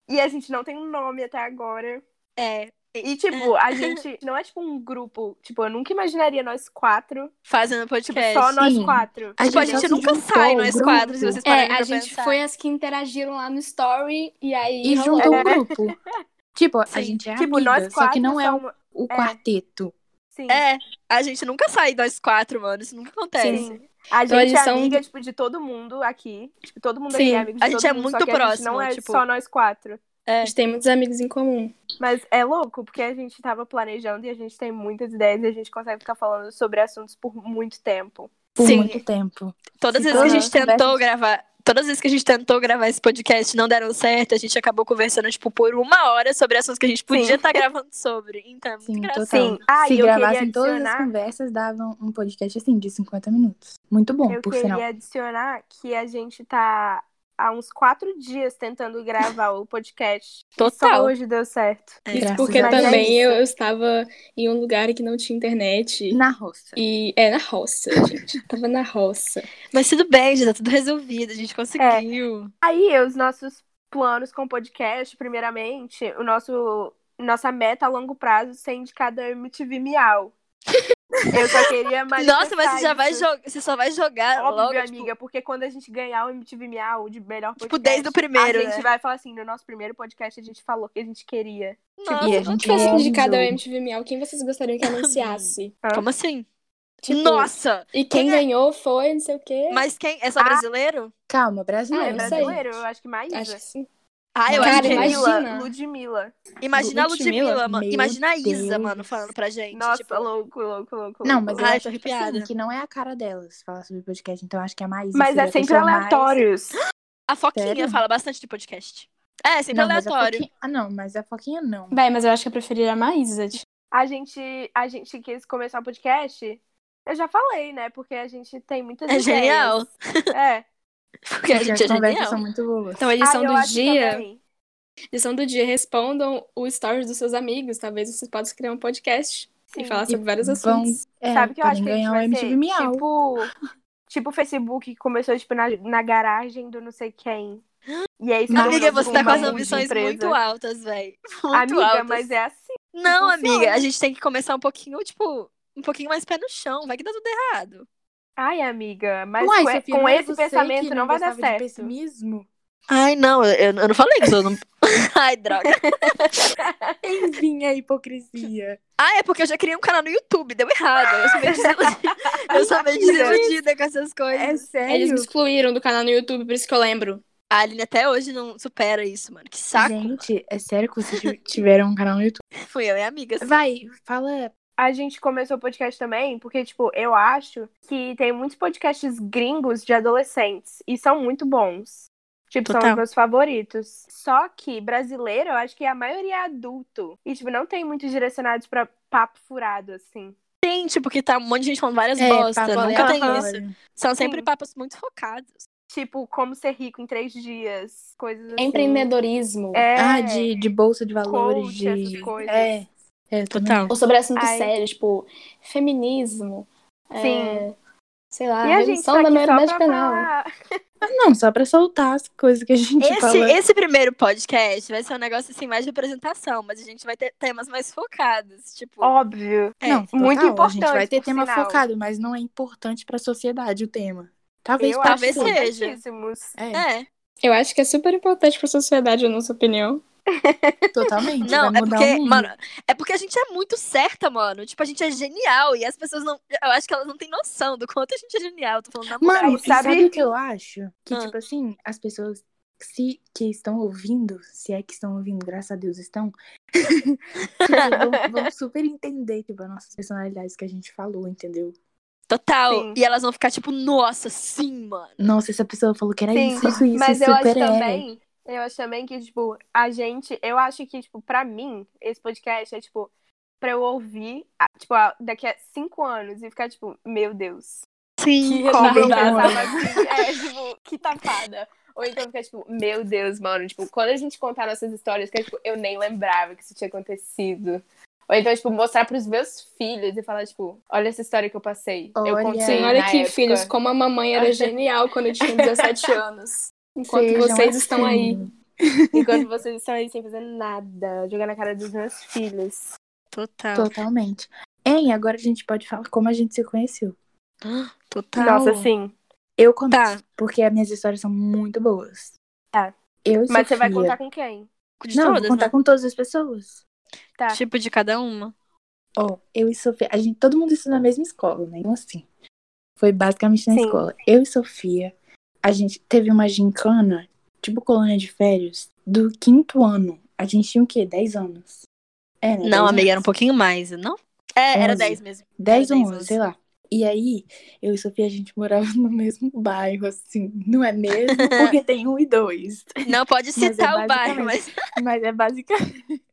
Speaker 1: E a gente não tem um nome até agora.
Speaker 2: é.
Speaker 1: E, tipo, a gente não é tipo um grupo. Tipo, eu nunca imaginaria nós quatro,
Speaker 2: Fazendo podcast.
Speaker 1: tipo, só nós
Speaker 3: Sim.
Speaker 1: quatro.
Speaker 2: Tipo, É, a
Speaker 3: gente
Speaker 2: gente
Speaker 3: já
Speaker 2: nunca
Speaker 3: se
Speaker 2: sai
Speaker 3: juntou,
Speaker 2: nós
Speaker 3: grupo.
Speaker 2: quatro, se vocês
Speaker 5: É,
Speaker 2: pararem
Speaker 5: a
Speaker 2: pra
Speaker 5: gente
Speaker 2: pensar.
Speaker 5: foi as que interagiram lá no story e aí.
Speaker 3: E
Speaker 5: rolou.
Speaker 3: juntou um
Speaker 1: É.
Speaker 3: grupo. [LAUGHS] Tipo, a
Speaker 2: Sim.
Speaker 3: gente é
Speaker 1: Tipo,
Speaker 3: amiga,
Speaker 1: nós
Speaker 3: só
Speaker 1: quatro
Speaker 3: que não é o,
Speaker 1: somos-
Speaker 3: o quarteto.
Speaker 1: Sim.
Speaker 2: É, a gente nunca sai nós quatro, mano. Isso nunca acontece.
Speaker 1: Sim. A
Speaker 5: Então,
Speaker 1: gente
Speaker 5: eles
Speaker 1: é
Speaker 5: são-
Speaker 1: amiga, tipo, de todo mundo aqui. Tipo, todo mundo
Speaker 5: Sim.
Speaker 1: aqui é amigo de
Speaker 2: A gente
Speaker 1: todo
Speaker 2: é
Speaker 1: mundo,
Speaker 2: muito
Speaker 1: só que a gente
Speaker 2: próximo,
Speaker 1: não é
Speaker 2: tipo-
Speaker 1: só nós quatro.
Speaker 5: A gente tem muitos amigos em comum.
Speaker 1: Mas é louco, porque a gente tava planejando e a gente tem muitas ideias e a gente consegue ficar falando sobre assuntos por muito tempo.
Speaker 3: Por
Speaker 2: Sim.
Speaker 3: muito tempo.
Speaker 2: Todas as vezes que a
Speaker 3: Se
Speaker 1: todas
Speaker 2: gente
Speaker 3: as conversas-
Speaker 2: tentou gravar. Todas as vezes que a gente tentou gravar esse podcast não deram certo, a gente acabou conversando, tipo, por uma hora sobre assuntos que a gente podia
Speaker 1: Sim.
Speaker 2: estar gravando sobre. Então, é muito
Speaker 3: Sim,
Speaker 2: engraçado.
Speaker 3: total.
Speaker 1: Sim. Ah,
Speaker 3: Se
Speaker 1: e eu queria
Speaker 3: gravassem todas as
Speaker 1: adicionar-
Speaker 3: conversas, davam um podcast assim de 50 minutos. Muito
Speaker 5: É,
Speaker 3: bom,
Speaker 1: Eu
Speaker 3: por
Speaker 1: queria
Speaker 3: sinal.
Speaker 1: adicionar que a gente tá há uns quatro dias tentando gravar o podcast.
Speaker 2: Tá
Speaker 1: E
Speaker 5: Tá.
Speaker 2: Total.
Speaker 1: só hoje deu certo.
Speaker 2: É.
Speaker 5: Isso
Speaker 3: Graças
Speaker 5: porque
Speaker 1: a Deus.
Speaker 5: também eu, eu estava em um lugar que não tinha internet.
Speaker 3: Na roça.
Speaker 5: E é na roça, gente. [LAUGHS] Eu tava na roça.
Speaker 2: Mas tudo bem, já tá tudo resolvido, a gente conseguiu.
Speaker 1: Aí, os nossos planos com o podcast, primeiramente, o nosso nossa meta a longo prazo é ser indicada ao MTV
Speaker 5: [LAUGHS]
Speaker 1: Miau. Eu só queria mais.
Speaker 2: Nossa, mas você já vai jogar. Você só vai jogar
Speaker 5: É
Speaker 1: Óbvio,
Speaker 2: logo. tipo,
Speaker 1: amiga, porque quando a gente ganhar o MTV Miau de melhor podcast,
Speaker 2: Tipo, desde o primeiro,
Speaker 1: a gente
Speaker 2: né?
Speaker 1: vai falar assim, no nosso primeiro podcast a gente falou que a gente queria.
Speaker 2: Nossa,
Speaker 3: e a
Speaker 2: como
Speaker 3: gente
Speaker 5: Se fosse
Speaker 3: é
Speaker 5: indicada ao
Speaker 3: jogo.
Speaker 5: MTV Miau, quem vocês gostariam que [LAUGHS] anunciasse?
Speaker 2: Como assim?
Speaker 5: Tipo,
Speaker 2: Nossa!
Speaker 5: E quem
Speaker 2: Quem é?
Speaker 5: ganhou foi, não sei o quê.
Speaker 2: Mas quem? É só brasileiro?
Speaker 3: Calma,
Speaker 5: Ah,
Speaker 1: é
Speaker 3: brasileiro.
Speaker 5: eu sei.
Speaker 1: brasileiro, eu acho que mais. é.
Speaker 5: Acho que sim.
Speaker 2: Ah, eu
Speaker 5: Cara,
Speaker 2: acho que é
Speaker 5: imagina.
Speaker 2: Mila.
Speaker 1: Ludmilla.
Speaker 2: Imagina a
Speaker 5: Ludmilla?
Speaker 2: Ludmilla, mano.
Speaker 3: Meu
Speaker 2: Imagina a Isa,
Speaker 3: Deus.
Speaker 2: mano, falando pra gente.
Speaker 1: Nossa,
Speaker 2: tipo,
Speaker 1: louco, louco, louco.
Speaker 3: Não,
Speaker 1: louco.
Speaker 3: mas eu
Speaker 2: Ai,
Speaker 3: acho
Speaker 2: tô
Speaker 3: tipo, assim,
Speaker 2: arrepiada.
Speaker 3: que não é a cara delas falar sobre podcast. Então eu acho que a Maísa
Speaker 1: Mas
Speaker 3: seria
Speaker 1: é
Speaker 3: a
Speaker 1: sempre
Speaker 3: pessoa mais-
Speaker 1: aleatórios.
Speaker 2: a Foquinha
Speaker 3: Sério?
Speaker 2: fala bastante de podcast. É, sempre
Speaker 3: Não, mas a
Speaker 2: aleatório.
Speaker 3: Foquinha- Ah, não, mas a Foquinha não.
Speaker 5: Bem, mas eu acho que eu preferiria a Maísa. tipo.
Speaker 1: A gente, a gente quis começar o podcast. Eu já falei, né? Porque a gente tem muitas
Speaker 2: É
Speaker 1: ideias.
Speaker 2: genial.
Speaker 1: É.
Speaker 2: Porque a gente é
Speaker 3: as conversas
Speaker 2: genial.
Speaker 3: são muito boas.
Speaker 5: Então, a lição
Speaker 1: Ah, eu
Speaker 5: do
Speaker 1: acho
Speaker 5: dia.
Speaker 1: também.
Speaker 5: Lição do dia: respondam o stories dos seus amigos. Talvez vocês possam criar um podcast
Speaker 1: Sim.
Speaker 5: e falar é sobre vários
Speaker 3: Vão-
Speaker 5: assuntos.
Speaker 3: É,
Speaker 1: Sabe o que eu
Speaker 3: podem
Speaker 1: acho que a gente
Speaker 3: ganhar
Speaker 1: vai
Speaker 3: o MTV
Speaker 1: ser?
Speaker 3: Miau.
Speaker 1: Tipo, tipo o Facebook que começou tipo, na, na garagem do não sei quem. E aí, se
Speaker 3: Nossa,
Speaker 2: Amiga,
Speaker 1: tornou,
Speaker 2: você
Speaker 1: tipo,
Speaker 2: tá com
Speaker 1: uma
Speaker 2: as
Speaker 1: multi-
Speaker 2: ambições
Speaker 1: empresa.
Speaker 2: muito altas, velho. Muito
Speaker 1: Amiga,
Speaker 2: altas.
Speaker 1: mas é assim.
Speaker 2: Não,
Speaker 1: funciona.
Speaker 2: amiga, a gente tem que começar um pouquinho, tipo, um pouquinho mais pé no chão. Vai que dá tudo errado.
Speaker 1: Ai, amiga, mas
Speaker 3: Uai,
Speaker 1: com,
Speaker 3: Sofia,
Speaker 1: com
Speaker 3: não é
Speaker 1: esse
Speaker 3: você
Speaker 1: pensamento
Speaker 3: que
Speaker 1: não, vai dar
Speaker 3: gostava de
Speaker 1: certo.
Speaker 3: pessimismo? [LAUGHS]
Speaker 2: Ai, não, eu, eu não falei que eu não. [LAUGHS] Ai, droga.
Speaker 3: Enfim, a hipocrisia.
Speaker 2: Ah, é porque eu já criei um canal no YouTube, deu errado. Eu sou meio desiludida, [LAUGHS] eu sou meio desiludida com essas
Speaker 3: É
Speaker 2: coisas.
Speaker 3: sério?
Speaker 5: Eles me excluíram do canal no YouTube, por isso que eu lembro.
Speaker 1: É
Speaker 2: A Aline até hoje não supera isso, mano. Que saco.
Speaker 3: Gente, é sério que vocês [LAUGHS] tiv- tiveram um canal no YouTube?
Speaker 2: Fui eu e amigas.
Speaker 3: Vai, fala.
Speaker 1: a gente começou o podcast também, porque, tipo, eu acho que tem muitos podcasts gringos de adolescentes e são muito bons. Tipo, são
Speaker 2: Total.
Speaker 1: os meus favoritos. Só que brasileiro, eu acho que a maioria é adulto. E, tipo, não tem muitos direcionados pra papo furado, assim.
Speaker 2: Gente, porque tá um monte de gente falando
Speaker 3: É,
Speaker 2: várias bosta.
Speaker 3: papo
Speaker 2: Nunca tem
Speaker 3: aleatório.
Speaker 2: isso. São sempre
Speaker 1: Sim.
Speaker 2: papos muito focados.
Speaker 1: Tipo, como ser rico em três dias,
Speaker 5: É
Speaker 1: coisas assim.
Speaker 5: Empreendedorismo.
Speaker 1: É,
Speaker 3: Ah, de, de bolsa de valores,
Speaker 1: coach,
Speaker 3: de.
Speaker 1: essas coisas.
Speaker 3: É. É, eu também
Speaker 2: Total.
Speaker 5: Ou sobre assuntos
Speaker 1: Ai.
Speaker 5: sérios, tipo, feminismo.
Speaker 1: Sim.
Speaker 5: é, sei lá,
Speaker 1: E a gente
Speaker 5: redução
Speaker 1: tá
Speaker 5: da
Speaker 1: aqui só
Speaker 5: maioridade
Speaker 1: pra
Speaker 5: penal.
Speaker 1: falar.
Speaker 3: Não, só pra soltar as coisas que a gente
Speaker 2: Esse,
Speaker 3: fala.
Speaker 2: esse primeiro podcast vai ser um negócio assim mais de apresentação, mas a gente vai ter temas mais focados. Tipo,
Speaker 1: Óbvio.
Speaker 2: é,
Speaker 3: Não,
Speaker 1: muito
Speaker 3: total, A gente vai
Speaker 1: importante,
Speaker 3: ter
Speaker 1: por
Speaker 3: tema
Speaker 1: sinal.
Speaker 3: focado, mas não é importante pra sociedade o tema. Talvez
Speaker 1: Eu
Speaker 3: pra
Speaker 1: acho
Speaker 2: talvez
Speaker 3: ser.
Speaker 2: seja.
Speaker 1: importantíssimos.
Speaker 3: É,
Speaker 2: é.
Speaker 5: Eu acho que é super importante pra sociedade, na nossa opinião.
Speaker 3: totalmente.
Speaker 2: Não, é
Speaker 3: vai mudar o
Speaker 2: porque,
Speaker 3: mundo.
Speaker 2: mano, é porque a gente é muito certa, mano. Tipo, a gente é genial e as pessoas não. Eu acho que elas não têm noção do quanto a gente é genial. Tô falando na moral.
Speaker 3: Mano,
Speaker 1: Sabe-
Speaker 3: e sabe, o que eu acho? Que,
Speaker 2: Ah.
Speaker 3: tipo assim, as pessoas que se, que estão ouvindo, se é que estão ouvindo, graças a Deus estão, [LAUGHS] vão, vão super entender, tipo, as nossas personalidades que a gente falou, entendeu?
Speaker 2: Total.
Speaker 1: Sim.
Speaker 2: E elas vão ficar tipo, nossa, sim, mano.
Speaker 3: Nossa, essa pessoa falou que era
Speaker 1: Sim,
Speaker 3: É isso, isso, isso,
Speaker 1: Mas eu
Speaker 3: super
Speaker 1: acho
Speaker 3: é.
Speaker 1: também, eu acho também que, tipo, a gente, eu acho que, tipo, pra mim, esse podcast é, tipo, pra eu ouvir, a- tipo, a- daqui a cinco anos e ficar, tipo, meu Deus.
Speaker 2: Sim,
Speaker 1: Como eu
Speaker 3: retardada.
Speaker 1: pensava assim, é, tipo, que tapada. Ou então ficar, tipo, meu Deus, mano, tipo, quando a gente contar nossas histórias, que, tipo, eu nem lembrava que isso tinha acontecido. Ou então, tipo, mostrar pros meus filhos e falar, tipo, olha essa história que eu passei.
Speaker 3: Olha.
Speaker 1: eu contei
Speaker 5: Sim, olha
Speaker 1: na
Speaker 5: que
Speaker 1: época. [LAUGHS]
Speaker 5: filhos, [LAUGHS] como a mamãe era genial quando eu tinha 17 anos. Enquanto
Speaker 3: Sejam
Speaker 5: vocês estão
Speaker 3: assim.
Speaker 5: aí
Speaker 1: Enquanto vocês estão aí sem fazer nada, jogando na cara dos meus filhos.
Speaker 2: Total.
Speaker 3: Totalmente. Hein, agora a gente pode falar como a gente se conheceu.
Speaker 2: Total.
Speaker 1: Nossa, sim.
Speaker 3: Eu conto,
Speaker 2: Tá.
Speaker 3: porque as minhas histórias são muito boas.
Speaker 1: Tá.
Speaker 3: Eu e
Speaker 1: Mas você vai
Speaker 3: Sofia-
Speaker 1: contar com quem?
Speaker 2: De
Speaker 3: Não,
Speaker 2: todas,
Speaker 3: vou contar
Speaker 2: né?
Speaker 3: com todas as pessoas.
Speaker 1: Tá.
Speaker 2: Tipo de cada uma.
Speaker 3: Ó, eu e Sofia, a gente, todo mundo estudou na mesma escola, né? Então, assim, foi basicamente na
Speaker 1: Sim.
Speaker 3: escola. Eu e Sofia, a gente teve uma gincana, tipo colônia de férias, do quinto ano. A gente tinha o quê? 10 anos? É, né?
Speaker 2: Não,
Speaker 3: 10
Speaker 2: amiga, era um
Speaker 3: anos.
Speaker 2: pouquinho mais, não? É, era
Speaker 3: Onze.
Speaker 2: 10 mesmo.
Speaker 3: 10 ou
Speaker 2: Era
Speaker 3: 11, sei lá. E aí, eu e Sofia, a gente morava [LAUGHS] no mesmo bairro, assim, não
Speaker 2: [LAUGHS]
Speaker 3: é mesmo? Porque tem um e dois.
Speaker 2: Não pode
Speaker 3: é
Speaker 2: citar o bairro, mas.
Speaker 3: basicamente- Mas é basicamente, [LAUGHS]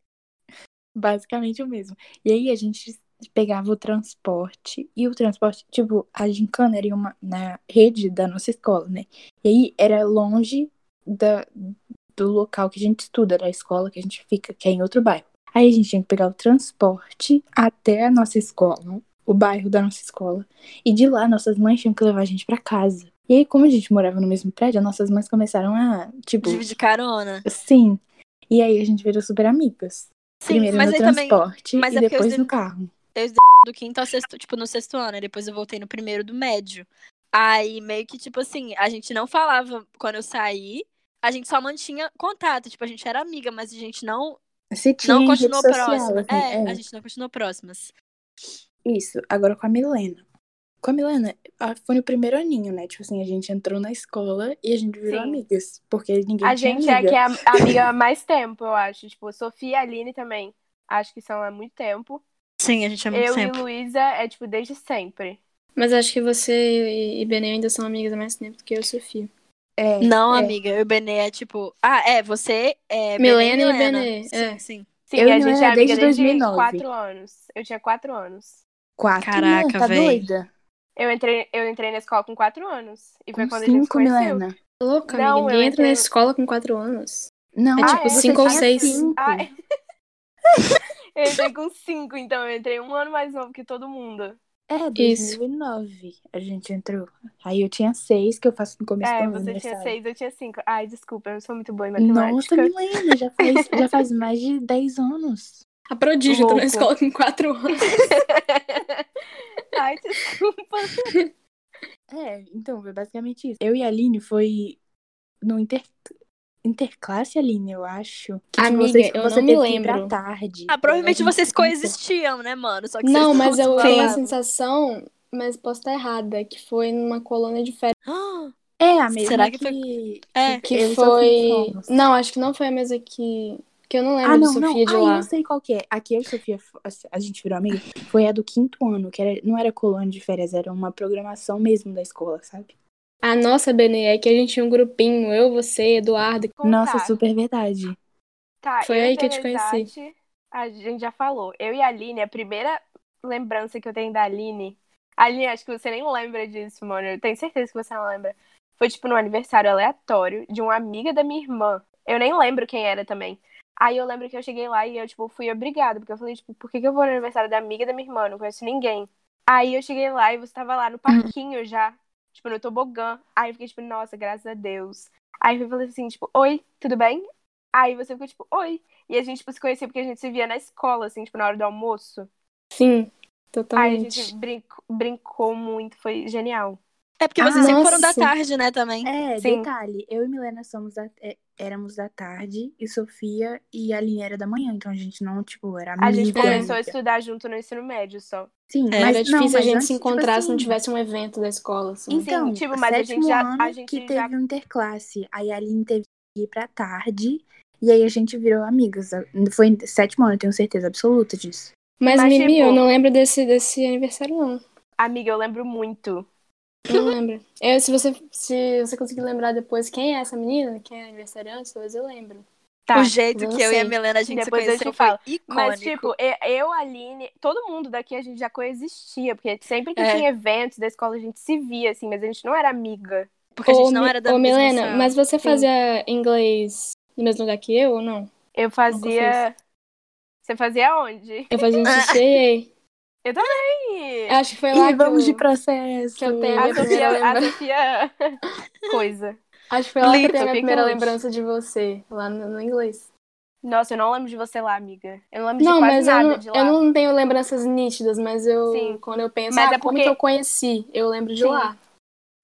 Speaker 3: basicamente o mesmo. E aí a gente pegava o transporte, e o transporte, tipo, a gincana era em uma, na rede da nossa escola, né? E aí era longe da, do local que a gente estuda, da escola que a gente fica, que é em outro bairro. Aí a gente tinha que pegar o transporte até a nossa escola, o bairro da nossa escola. E de lá, nossas mães tinham que levar a gente pra casa. E aí, como a gente morava no mesmo prédio, as nossas mães começaram a, tipo,
Speaker 2: Dividir carona.
Speaker 3: Sim. E aí a gente virou super amigas.
Speaker 2: Sim,
Speaker 3: Primeiro
Speaker 2: mas
Speaker 3: no
Speaker 2: aí também.
Speaker 3: transporte
Speaker 2: mas
Speaker 3: e
Speaker 2: é porque eu
Speaker 3: depois
Speaker 2: sempre-
Speaker 3: no carro.
Speaker 2: do quinto ao sexto, tipo, no sexto ano. e Depois eu voltei no primeiro do médio. Aí, meio que, tipo assim, a gente não falava quando eu saí, a gente só mantinha contato. Tipo, a gente era amiga, mas a gente não,
Speaker 3: Você tinha
Speaker 2: não
Speaker 3: em rede
Speaker 2: continuou
Speaker 3: social,
Speaker 2: próxima.
Speaker 3: assim,
Speaker 2: é,
Speaker 3: é.
Speaker 2: a gente não continuou próximas.
Speaker 3: Isso. Agora com a Milena. Com a Milena, ah, foi no primeiro aninho, né? Tipo assim, a gente entrou na escola e a gente virou
Speaker 1: Sim.
Speaker 3: amigas. Porque ninguém
Speaker 1: A
Speaker 3: tinha
Speaker 1: gente é a
Speaker 3: amiga.
Speaker 1: que é a- amiga há mais tempo, eu acho. Tipo, Sofia e Aline também. Acho que são há muito tempo.
Speaker 2: Sim, a gente é muito
Speaker 1: Eu
Speaker 2: tempo.
Speaker 1: e Luísa é, tipo, desde sempre.
Speaker 5: Mas acho que você e- e Benê ainda são amigas há mais tempo do que eu e Sofia.
Speaker 3: É,
Speaker 2: Não,
Speaker 3: é.
Speaker 2: amiga, eu e o Benê é tipo. Ah, é, você é.
Speaker 5: Milena e
Speaker 2: Benê
Speaker 5: Benê,
Speaker 2: Sim,
Speaker 5: é.
Speaker 2: sim.
Speaker 1: Sim,
Speaker 3: Eu e
Speaker 1: a
Speaker 3: Milena
Speaker 1: gente é amiga
Speaker 3: desde
Speaker 1: desde,
Speaker 3: 2009.
Speaker 1: 4 anos. Eu tinha 4 anos.
Speaker 3: Quatro,
Speaker 2: Caraca,
Speaker 3: né? tá
Speaker 2: véi.
Speaker 3: doida?
Speaker 1: Eu entrei, eu entrei na escola com 4 anos. E foi
Speaker 3: Com
Speaker 1: quando a gente se
Speaker 3: cinco,
Speaker 1: conheceu.
Speaker 3: Milena.
Speaker 5: Louca,
Speaker 1: Não,
Speaker 5: amiga. Ninguém
Speaker 1: eu
Speaker 5: entra na
Speaker 1: entendo.
Speaker 5: escola com quatro anos.
Speaker 3: Não,
Speaker 5: É tipo
Speaker 3: você
Speaker 5: cinco ou
Speaker 3: tinha
Speaker 5: seis.
Speaker 3: cinco.
Speaker 1: Ah, é. Ah, [LAUGHS] Eu entrei com 5, então. Eu entrei um ano mais novo que todo mundo.
Speaker 3: É,
Speaker 5: Isso.
Speaker 3: 2009 a gente entrou. Aí eu tinha seis, que eu faço no começo do
Speaker 1: É,
Speaker 3: ano,
Speaker 1: você tinha
Speaker 3: aniversário.
Speaker 1: 6, eu tinha 5. Ai, desculpa, eu não sou muito boa em
Speaker 3: Nossa,
Speaker 1: matemática.
Speaker 3: Milena, já faz, já [LAUGHS] faz mais de 10 anos.
Speaker 5: A prodígio entrou na
Speaker 1: Louco.
Speaker 5: escola com quatro anos.
Speaker 1: [LAUGHS] Ai, desculpa.
Speaker 3: É, então, foi basicamente isso. Eu e a Aline foi no inter... interclasse, Aline, eu acho. Que
Speaker 5: Amiga,
Speaker 3: vocês,
Speaker 5: eu
Speaker 3: você
Speaker 5: não me
Speaker 3: teve que ir pra
Speaker 5: lembro.
Speaker 3: tarde.
Speaker 1: Então,
Speaker 2: Ah, provavelmente
Speaker 3: Eu não
Speaker 2: vocês
Speaker 3: sei.
Speaker 2: coexistiam, né, mano? Só que vocês
Speaker 5: Não,
Speaker 2: não
Speaker 5: mas eu
Speaker 2: se
Speaker 5: tenho a
Speaker 2: falavam.
Speaker 5: sensação, mas posso estar errada, que foi numa colônia de férias.
Speaker 2: Ah,
Speaker 3: É, a mesma
Speaker 2: Será
Speaker 3: Será
Speaker 2: que
Speaker 3: que,
Speaker 2: foi-
Speaker 3: que...
Speaker 2: É.
Speaker 5: Que
Speaker 3: eu e Sofia
Speaker 5: foi.
Speaker 3: fomos.
Speaker 5: Não, acho que não foi a mesa que. Que eu não lembro
Speaker 3: Ah,
Speaker 5: de
Speaker 3: não, não.
Speaker 5: Sofia de
Speaker 3: Ah,
Speaker 5: lá.
Speaker 3: eu sei qual que é. Aqui eu e Sofia, fo- a gente virou amiga, foi a do quinto ano, que era... não era colônia de férias, era uma programação mesmo da escola, sabe?
Speaker 5: A nossa, Benê, é que a gente tinha um grupinho, eu, você, Eduardo.
Speaker 3: Nossa,
Speaker 1: Contar.
Speaker 3: super verdade.
Speaker 1: Tá,
Speaker 5: Foi
Speaker 1: eu
Speaker 5: aí
Speaker 1: e
Speaker 5: que eu te
Speaker 1: Teresati, A gente já falou. Eu e a Aline, a primeira lembrança que eu tenho da Aline. Aline, acho que você nem lembra disso, mano. Eu tenho certeza que você não lembra. Foi tipo num aniversário aleatório de uma amiga da minha irmã. Eu nem lembro quem era também. Aí eu lembro que eu cheguei lá e eu, tipo, fui obrigada, porque eu falei, tipo, por que, que eu vou no aniversário da amiga da minha irmã? Eu Não conheço ninguém. Aí eu cheguei lá e você tava lá no parquinho já, tipo, no tobogã. Aí eu fiquei, tipo, nossa, graças a Deus. Aí eu falei assim, tipo, oi, tudo bem? Aí você ficou, tipo, oi. E a gente, tipo, se conhecia porque a gente se via na escola, assim, tipo, na hora do almoço.
Speaker 5: Sim,
Speaker 1: Aí a
Speaker 5: totalmente.
Speaker 1: gente brinco- brincou muito, foi genial.
Speaker 2: [GASPS] É porque
Speaker 3: Ah,
Speaker 2: vocês sempre foram da
Speaker 5: nossa.
Speaker 2: tarde, né, também.
Speaker 3: É,
Speaker 1: Sim.
Speaker 3: detalhe, eu e Milena somos da- é, éramos da tarde, e Sofia e a Aline era da manhã, então a gente não, tipo, era amiga.
Speaker 1: A gente começou a
Speaker 3: amiga.
Speaker 1: estudar junto no ensino médio só.
Speaker 3: Sim,
Speaker 2: É,
Speaker 3: mas
Speaker 5: Era
Speaker 3: não,
Speaker 5: difícil a
Speaker 3: mas
Speaker 5: gente
Speaker 3: antes,
Speaker 5: se
Speaker 3: tipo
Speaker 5: encontrar se não
Speaker 3: assim,
Speaker 5: tivesse um evento da escola, assim.
Speaker 1: Então,
Speaker 3: Então,
Speaker 1: tipo,
Speaker 3: o
Speaker 1: mas a gente
Speaker 3: sétimo
Speaker 1: já- a
Speaker 3: ano
Speaker 1: gente
Speaker 3: que
Speaker 1: já-
Speaker 3: teve um interclasse, aí a Aline teve que ir pra tarde, e aí a gente virou amigas. Foi sétimo ano, eu tenho certeza absoluta disso.
Speaker 5: Mas,
Speaker 1: Mas,
Speaker 5: Mimi,
Speaker 1: tipo-
Speaker 5: eu não lembro desse, desse aniversário, não.
Speaker 1: Amiga, eu lembro muito.
Speaker 5: Não lembro. Eu, se, você, se você conseguir lembrar depois quem é essa menina, quem é aniversariante, talvez eu lembro.
Speaker 1: Tá.
Speaker 2: o jeito
Speaker 5: eu
Speaker 2: que eu e a
Speaker 5: sei.
Speaker 2: Milena a gente
Speaker 1: Depois
Speaker 2: se
Speaker 1: eu te
Speaker 2: conheceu foi
Speaker 1: falo.
Speaker 2: icônico.
Speaker 1: Mas, tipo, e- eu, a Aline, todo mundo daqui a gente já coexistia, porque sempre que
Speaker 2: É.
Speaker 1: tinha eventos da escola a gente se via, assim, mas a gente não era amiga.
Speaker 2: porque a gente
Speaker 5: Ô,
Speaker 2: não
Speaker 5: Mi-
Speaker 2: era da
Speaker 5: Ô,
Speaker 2: mesma
Speaker 5: Milena,
Speaker 2: sala.
Speaker 5: mas você fazia inglês no mesmo lugar que eu ou não?
Speaker 1: Eu fazia. Você fazia onde?
Speaker 5: Eu fazia
Speaker 2: Ah.
Speaker 5: um
Speaker 2: [LAUGHS]
Speaker 5: CCA.
Speaker 1: Ih,
Speaker 5: Acho que foi lá que eu,
Speaker 3: processo!
Speaker 5: que É, eu tenho
Speaker 1: A
Speaker 5: a
Speaker 3: [LAUGHS]
Speaker 5: minha primeira [LAUGHS]
Speaker 1: Sofia, a
Speaker 5: lembrança.
Speaker 1: Sofia. Coisa.
Speaker 5: Acho que foi lá que eu
Speaker 2: Lindo,
Speaker 5: tenho a minha
Speaker 2: fica
Speaker 5: primeira
Speaker 2: hoje.
Speaker 5: lembrança de você, lá no, no inglês.
Speaker 1: Nossa, eu não lembro de você lá, amiga. Eu não lembro de
Speaker 5: Não,
Speaker 1: quase
Speaker 5: mas eu
Speaker 1: nada
Speaker 5: não,
Speaker 1: de
Speaker 5: eu
Speaker 1: lá.
Speaker 5: não tenho lembranças nítidas, mas eu
Speaker 1: Sim.
Speaker 5: quando eu penso,
Speaker 1: Mas
Speaker 5: ah,
Speaker 1: é
Speaker 5: como
Speaker 1: porque-
Speaker 5: que eu conheci? Eu lembro de
Speaker 1: Sim.
Speaker 5: lá.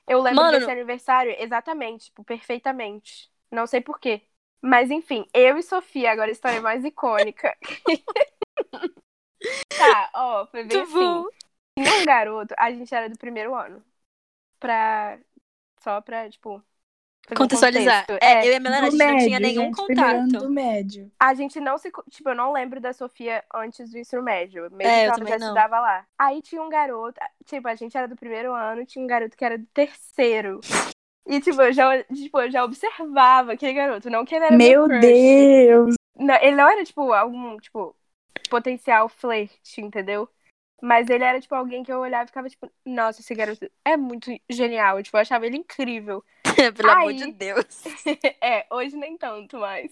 Speaker 1: Eu lembro
Speaker 2: Mano,
Speaker 1: desse aniversário exatamente, tipo, perfeitamente. Não sei por quê. Mas enfim, eu e Sofia, agora a história é mais
Speaker 5: [LAUGHS]
Speaker 1: icônica. tá, ó, foi bem
Speaker 2: Muito
Speaker 1: assim.
Speaker 2: bom.
Speaker 1: Tinha um garoto, a gente era do primeiro ano. Pra. Só pra, tipo. fazer um
Speaker 2: Contextualizar.
Speaker 1: contexto.
Speaker 2: É, eu e a Melana, a
Speaker 3: Do
Speaker 2: gente não tinha
Speaker 3: médio,
Speaker 1: né?
Speaker 2: nenhum
Speaker 3: gente, primeiro ano
Speaker 2: contato.
Speaker 3: do médio.
Speaker 1: A gente não se. co- Tipo, eu não lembro da Sofia antes do ensino médio. Mesmo
Speaker 2: É, eu
Speaker 1: que ela
Speaker 2: também
Speaker 1: já
Speaker 2: não.
Speaker 1: estudava lá. Aí tinha um garoto. Tipo, a gente era do primeiro ano, tinha um garoto que era do terceiro. E, tipo, eu já, tipo, eu já observava aquele garoto. Não que ele era meu
Speaker 3: Meu
Speaker 1: crush. [LAUGHS]
Speaker 3: Deus!
Speaker 1: Não, ele não era, tipo, algum, tipo, potencial flerte, entendeu? Mas ele era, tipo, alguém que eu olhava e ficava, tipo, nossa, esse garoto é muito genial. Tipo, eu achava ele incrível.
Speaker 2: [LAUGHS] Pelo amor
Speaker 1: Aí.
Speaker 2: de Deus. [LAUGHS]
Speaker 1: é, hoje nem tanto mais.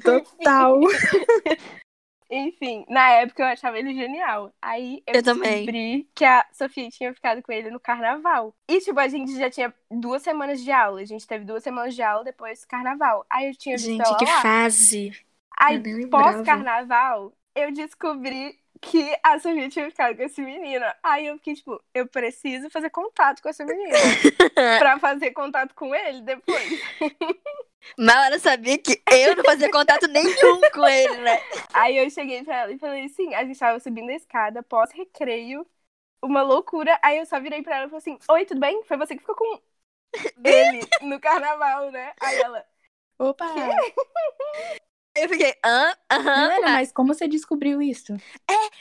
Speaker 1: [LAUGHS]
Speaker 3: total!
Speaker 1: Enfim, na época eu achava ele genial. Aí eu,
Speaker 2: Eu também.
Speaker 1: descobri que a Sofia tinha ficado com ele no carnaval. E, tipo, a gente já tinha duas semanas de aula. A gente teve duas semanas de aula depois do carnaval. Aí eu tinha visto ela lá.
Speaker 5: fase.
Speaker 1: Aí,
Speaker 5: nem
Speaker 1: pós-carnaval, eu descobri que a Sofia tinha ficado com esse menino. Aí eu fiquei, tipo, eu preciso fazer contato com essa menina. pra fazer contato com ele depois.
Speaker 2: Melana sabia que eu não fazia contato nenhum com ele, né?
Speaker 1: Aí eu cheguei pra ela e falei assim, a gente tava subindo a escada, pós-recreio, uma loucura. Aí eu só virei pra ela e falei assim, oi, tudo bem? Foi você que ficou
Speaker 2: [LAUGHS]
Speaker 1: com ele no carnaval, né? Aí ela,
Speaker 3: Opa!
Speaker 2: Eu fiquei, hã? Aham. tá."
Speaker 3: Helena, mas como você descobriu isso?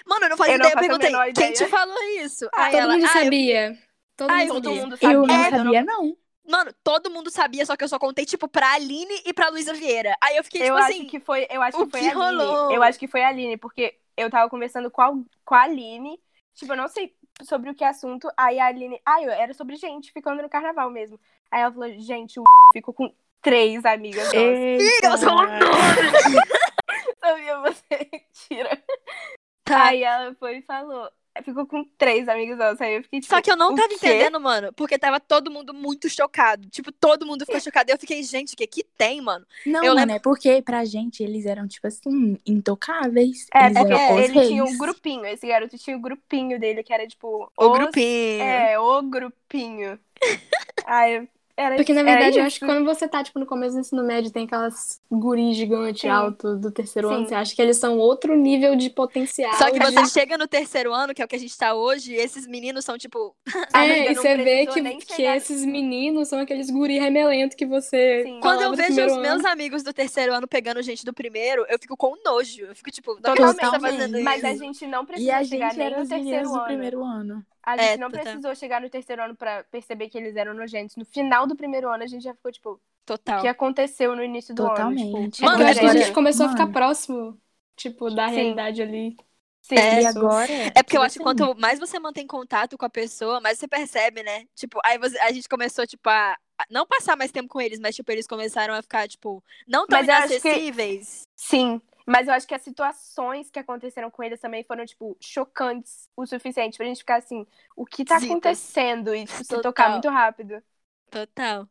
Speaker 2: Mano, eu não fazia
Speaker 1: Eu não
Speaker 2: ideia. Eu
Speaker 1: faço a
Speaker 2: perguntei,
Speaker 1: menor
Speaker 2: quem
Speaker 1: ideia.
Speaker 2: te falou isso? Aí
Speaker 5: Todo
Speaker 2: ela,
Speaker 5: mundo
Speaker 2: ah, eu-
Speaker 5: sabia. Todo
Speaker 2: Ah,
Speaker 5: mundo
Speaker 2: eu-
Speaker 5: sabia.
Speaker 1: todo mundo sabia.
Speaker 3: Eu não
Speaker 1: eu
Speaker 3: sabia, não.
Speaker 2: Mano, todo mundo sabia, só que eu só contei, tipo, pra Aline e pra Luísa Vieira. Aí eu fiquei,
Speaker 1: eu
Speaker 2: tipo
Speaker 1: acho
Speaker 2: assim.
Speaker 1: que foi, eu acho
Speaker 2: o
Speaker 1: que foi
Speaker 2: que
Speaker 1: a Aline.
Speaker 2: rolou?
Speaker 1: Eu acho que foi a Aline, porque eu tava conversando com a, com a Aline. Tipo, eu não sei sobre o que é assunto. Aí a Aline. Ah, eu, era sobre gente ficando no carnaval mesmo. Aí ela falou, gente, o [LAUGHS] ficou com três amigas. nossas. [LAUGHS]
Speaker 2: Amiga, você falou nome!
Speaker 1: Sabia você? [LAUGHS] Tira.
Speaker 2: Tá.
Speaker 1: Aí ela foi e falou. Ficou com três amigas nossas. Aí eu fiquei tipo.
Speaker 2: Só que eu não
Speaker 1: o
Speaker 2: tava
Speaker 1: quê?
Speaker 2: entendendo, mano, porque tava todo mundo muito chocado. Tipo, todo mundo ficou chocado. Eu fiquei, gente, o que que tem, mano?
Speaker 3: Não,
Speaker 2: Eu
Speaker 3: mano,
Speaker 2: lembro-
Speaker 3: é porque pra gente eles eram, tipo assim, intocáveis.
Speaker 1: É,
Speaker 3: eles
Speaker 1: porque
Speaker 3: eram os
Speaker 1: ele tinha um
Speaker 3: reis.
Speaker 1: grupinho. Esse garoto tinha o grupinho dele, que era tipo.
Speaker 2: O
Speaker 1: os-
Speaker 2: grupinho.
Speaker 1: É, o grupinho. Aí eu- era
Speaker 5: Porque na
Speaker 1: era
Speaker 5: verdade eu acho
Speaker 1: É isso.
Speaker 5: que quando você tá tipo no começo do ensino médio tem aquelas guris gigante
Speaker 1: Sim.
Speaker 5: alto do terceiro ano,
Speaker 1: Sim.
Speaker 5: você acha que eles são outro nível de potencial.
Speaker 2: Só que
Speaker 5: de-
Speaker 1: tá
Speaker 2: você chega no terceiro ano, que é o que a gente tá hoje, e esses meninos são, tipo,
Speaker 5: É,
Speaker 1: Amiga,
Speaker 5: e
Speaker 1: não
Speaker 5: você vê
Speaker 1: precisou
Speaker 5: que,
Speaker 1: um nem
Speaker 5: que
Speaker 1: chegar-
Speaker 5: esses meninos são aqueles guri remelento que você.
Speaker 1: Sim.
Speaker 2: Quando
Speaker 5: falava
Speaker 2: eu
Speaker 5: no
Speaker 2: vejo
Speaker 5: primeiro
Speaker 2: os
Speaker 5: ano.
Speaker 2: meus amigos do terceiro ano pegando gente do primeiro, eu fico com nojo. Eu fico tipo, não
Speaker 1: Totalmente,
Speaker 2: tá fazendo
Speaker 1: Mas
Speaker 2: isso.
Speaker 1: a gente não
Speaker 3: E
Speaker 1: precisa
Speaker 3: a
Speaker 1: chegar
Speaker 3: gente
Speaker 1: nem
Speaker 3: era
Speaker 1: no
Speaker 3: os meninos
Speaker 1: terceiro
Speaker 3: do
Speaker 1: ano.
Speaker 3: primeiro ano.
Speaker 1: A gente
Speaker 2: É,
Speaker 1: não
Speaker 2: total.
Speaker 1: precisou chegar no terceiro ano pra perceber que eles eram nojentos. No final do primeiro ano, a gente já ficou, tipo, o
Speaker 2: Total.
Speaker 1: que aconteceu no início do ano?
Speaker 3: Totalmente.
Speaker 1: Tipo,
Speaker 5: É que
Speaker 2: Mano,
Speaker 5: eu acho que a
Speaker 2: agora-
Speaker 5: gente começou a ficar
Speaker 3: Mano.
Speaker 5: próximo, tipo, da
Speaker 1: Sim.
Speaker 5: realidade ali.
Speaker 1: Sim,
Speaker 2: É.
Speaker 3: E
Speaker 5: pessoas.
Speaker 3: agora.
Speaker 2: É porque eu
Speaker 3: tipo
Speaker 2: acho que
Speaker 3: assim,
Speaker 2: quanto mais você mantém contato com a pessoa, mais você percebe, né? Tipo, aí você- a gente começou, tipo, a a não passar mais tempo com eles, mas, tipo, eles começaram a ficar, tipo, não tão
Speaker 1: Mas eu acho que-
Speaker 2: inacessíveis.
Speaker 1: Sim. Mas eu acho que as situações que aconteceram com eles também foram, tipo, chocantes o suficiente pra gente ficar assim, o que tá
Speaker 2: Zitas.
Speaker 1: acontecendo? E tipo, se
Speaker 2: Total.
Speaker 1: tocar muito rápido.
Speaker 2: Total.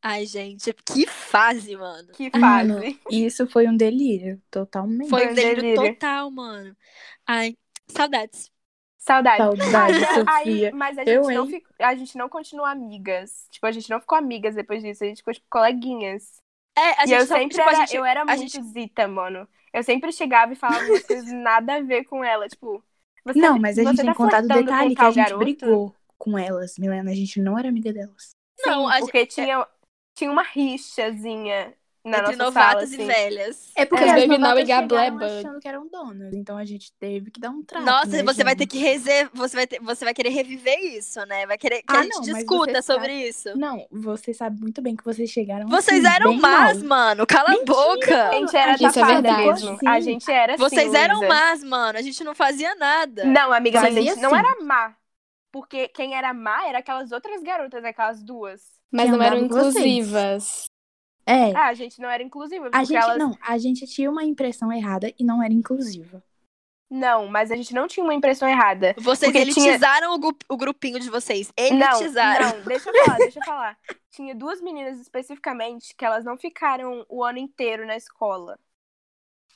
Speaker 2: Ai, gente, que fase, mano.
Speaker 1: Que
Speaker 3: Uhum.
Speaker 1: fase.
Speaker 3: Mano, isso foi um delírio, totalmente.
Speaker 2: Foi
Speaker 1: um
Speaker 2: um delírio,
Speaker 1: delírio.
Speaker 2: total, mano. Ai, saudades.
Speaker 1: Saudade.
Speaker 3: Saudade,
Speaker 1: Aí,
Speaker 3: Sofia.
Speaker 1: mas a gente,
Speaker 3: Eu,
Speaker 1: não
Speaker 3: hein?
Speaker 1: fico- a gente não continuou amigas. Tipo, a gente não ficou amigas depois disso. A gente ficou, tipo, coleguinhas.
Speaker 2: É, a
Speaker 1: e
Speaker 2: gente
Speaker 1: eu
Speaker 2: só-
Speaker 1: sempre
Speaker 2: tipo, a
Speaker 1: era,
Speaker 2: gente-
Speaker 1: eu era
Speaker 2: a
Speaker 1: muito
Speaker 2: gente-
Speaker 1: zita, mano. Eu sempre chegava e falava umas coisas nada a ver com ela. Tipo, você,
Speaker 3: Não, mas a
Speaker 1: você
Speaker 3: gente tem
Speaker 1: tá
Speaker 3: que contar do
Speaker 1: flertando com
Speaker 3: detalhe que
Speaker 1: tal
Speaker 3: a gente
Speaker 1: garoto?
Speaker 3: brigou com elas, Milena. A gente não era amiga delas.
Speaker 1: Sim,
Speaker 2: Não, a
Speaker 1: porque tinha, tinha uma rixazinha na
Speaker 2: é entre
Speaker 1: nossa sala,
Speaker 2: novatas
Speaker 1: assim.
Speaker 2: e velhas.
Speaker 3: É
Speaker 1: porque
Speaker 3: as
Speaker 5: as Baby Now
Speaker 3: novatas
Speaker 5: e Gableba-
Speaker 3: chegaram achando que eram donas. Então a gente teve que dar um trato.
Speaker 2: Nossa,
Speaker 3: né,
Speaker 2: você vai ter
Speaker 3: gente?
Speaker 2: que reservar, você vai ter- você vai querer reviver isso, né? Vai querer que
Speaker 3: Ah,
Speaker 2: a gente
Speaker 3: não, mas você
Speaker 2: discuta
Speaker 3: sabe-
Speaker 2: sobre isso.
Speaker 3: Não, você sabe muito bem que vocês chegaram.
Speaker 2: Vocês
Speaker 3: assim,
Speaker 2: eram
Speaker 3: bem
Speaker 2: más,
Speaker 3: mal.
Speaker 2: mano. Cala a
Speaker 3: Mentira!
Speaker 1: A
Speaker 2: boca.
Speaker 1: gente era
Speaker 3: Isso é
Speaker 1: tapada
Speaker 5: verdade.
Speaker 1: mesmo. A gente era assim,
Speaker 2: Vocês eram
Speaker 1: Luísa.
Speaker 2: más, mano. A gente não fazia nada.
Speaker 3: Né,
Speaker 1: Não, amiga, mas a
Speaker 3: Sim,
Speaker 1: gente
Speaker 3: e
Speaker 1: não
Speaker 3: assim?
Speaker 1: era má. Porque quem era má era aquelas outras garotas, aquelas duas.
Speaker 5: Mas
Speaker 3: Que
Speaker 5: não eram
Speaker 3: andavam com vocês.
Speaker 5: inclusivas.
Speaker 3: É.
Speaker 1: Ah, a gente não era inclusiva,
Speaker 3: A
Speaker 1: porque
Speaker 3: gente,
Speaker 1: elas.
Speaker 3: não, a gente tinha uma impressão errada e não era inclusiva.
Speaker 1: Não, mas a gente não tinha uma impressão errada.
Speaker 2: Vocês
Speaker 1: Porque tinha-
Speaker 2: elitizaram o, gru- o grupinho de vocês.
Speaker 1: Não,
Speaker 2: Elitizaram.
Speaker 1: não, [LAUGHS] deixa eu falar, deixa eu falar. Tinha duas meninas especificamente que elas não ficaram o ano inteiro na escola.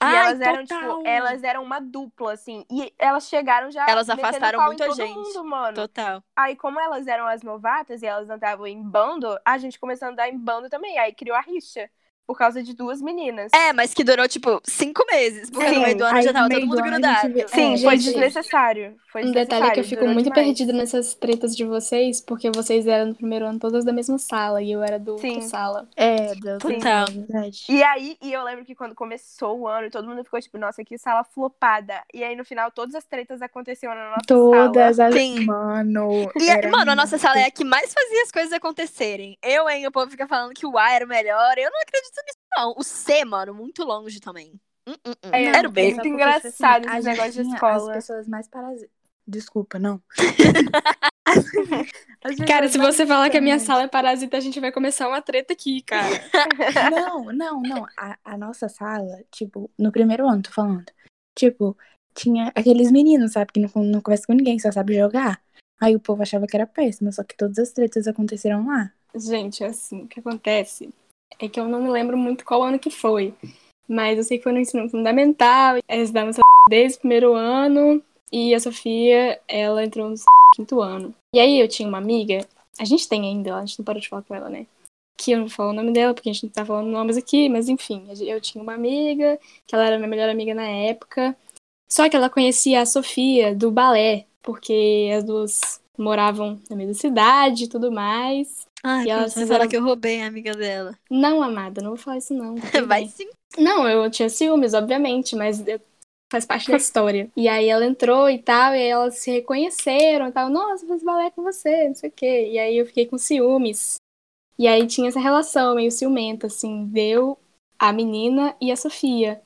Speaker 1: E
Speaker 2: Ai,
Speaker 1: elas eram,
Speaker 2: total.
Speaker 1: tipo, elas eram uma dupla, assim. E elas chegaram já.
Speaker 2: Elas
Speaker 1: metendo
Speaker 2: afastaram
Speaker 1: pau em
Speaker 2: muita
Speaker 1: todo
Speaker 2: gente.
Speaker 1: Mundo, mano.
Speaker 2: Total.
Speaker 1: Aí, como elas eram as novatas e elas andavam em bando, a gente começou a andar em bando também. Aí criou a rixa. Por causa de duas meninas.
Speaker 2: É, mas que durou, tipo, cinco meses. Porque no
Speaker 1: Sim,
Speaker 2: meio do ano
Speaker 3: É, aí
Speaker 2: já tava
Speaker 3: no meio
Speaker 2: todo mundo
Speaker 3: do ano a
Speaker 2: grudado.
Speaker 3: gente vê-
Speaker 1: Sim,
Speaker 5: É,
Speaker 1: foi
Speaker 5: gente,
Speaker 1: desnecessário. Foi
Speaker 5: Um detalhe que eu
Speaker 1: desnecessário,
Speaker 5: fico
Speaker 1: durou
Speaker 5: muito
Speaker 1: demais.
Speaker 5: perdida nessas tretas de vocês, porque vocês eram no primeiro ano todas da mesma sala e eu era do outra
Speaker 1: Sim.
Speaker 5: sala.
Speaker 3: É, Deus.
Speaker 2: Total.
Speaker 3: Verdade.
Speaker 1: E aí, e eu lembro que quando começou o ano, todo mundo ficou tipo, nossa, que sala flopada. E aí, no final, todas as tretas aconteceram na nossa sala.
Speaker 3: Todas as.
Speaker 2: Sim.
Speaker 3: Mano.
Speaker 2: E,
Speaker 3: era
Speaker 2: mano, a nossa
Speaker 3: muito-
Speaker 2: sala é a que mais fazia as coisas acontecerem. Eu, hein, o povo fica falando que o A era o melhor. Eu não acredito nisso, não. O C, mano, muito longe também. Hum, hum, hum.
Speaker 1: É,
Speaker 2: era o
Speaker 1: é
Speaker 2: B.
Speaker 1: muito
Speaker 3: Sabe por quê?
Speaker 1: engraçado
Speaker 3: Tipo assim,
Speaker 1: esses
Speaker 3: a gente
Speaker 1: negócios de
Speaker 3: tinha
Speaker 1: escola.
Speaker 3: As pessoas mais parasitas.
Speaker 1: [LAUGHS]
Speaker 3: Desculpa, não. As
Speaker 5: Cara,
Speaker 3: pessoas
Speaker 5: se
Speaker 3: mais
Speaker 5: você falar que a minha
Speaker 3: estranhas.
Speaker 5: sala é parasita, a gente vai começar uma treta aqui, cara.
Speaker 3: Não, não, não. A, a nossa sala, tipo, no primeiro ano, tô falando. Tipo, tinha aqueles meninos, sabe, que não, con- não conversa com ninguém, só sabe jogar. Aí o povo achava que era péssimo, só que todas as tretas aconteceram lá.
Speaker 5: Gente, assim, o que acontece é que eu não me lembro muito qual ano que foi, mas eu sei que foi no ensino fundamental, eles davam essa [LAUGHS] desde o primeiro ano, e a Sofia, ela entrou no [LAUGHS] quinto ano. E aí eu tinha uma amiga, a gente tem ainda, a gente não parou de falar com ela, né? Que eu não vou falar o nome dela, porque a gente não tá falando nomes aqui, mas enfim, a gen- eu tinha uma amiga, que ela era minha melhor amiga na época, só que ela conhecia a Sofia do balé, porque as duas moravam na mesma cidade e tudo mais.
Speaker 2: Ai,
Speaker 5: E elas
Speaker 2: você
Speaker 5: fizeram-
Speaker 2: falar que eu roubei a amiga dela.
Speaker 5: Não, amada, não vou falar isso não. tá
Speaker 2: [LAUGHS]
Speaker 5: Tudo
Speaker 2: Vai
Speaker 5: bem.
Speaker 2: sim.
Speaker 5: Não, eu tinha ciúmes, obviamente, mas eu- faz parte da história. E aí ela entrou e tal, e aí elas se reconheceram e tal. Nossa, eu fiz balé com você, não sei o quê. E aí eu fiquei com ciúmes. E aí tinha essa relação meio ciumenta, assim, deu a menina e a Sofia.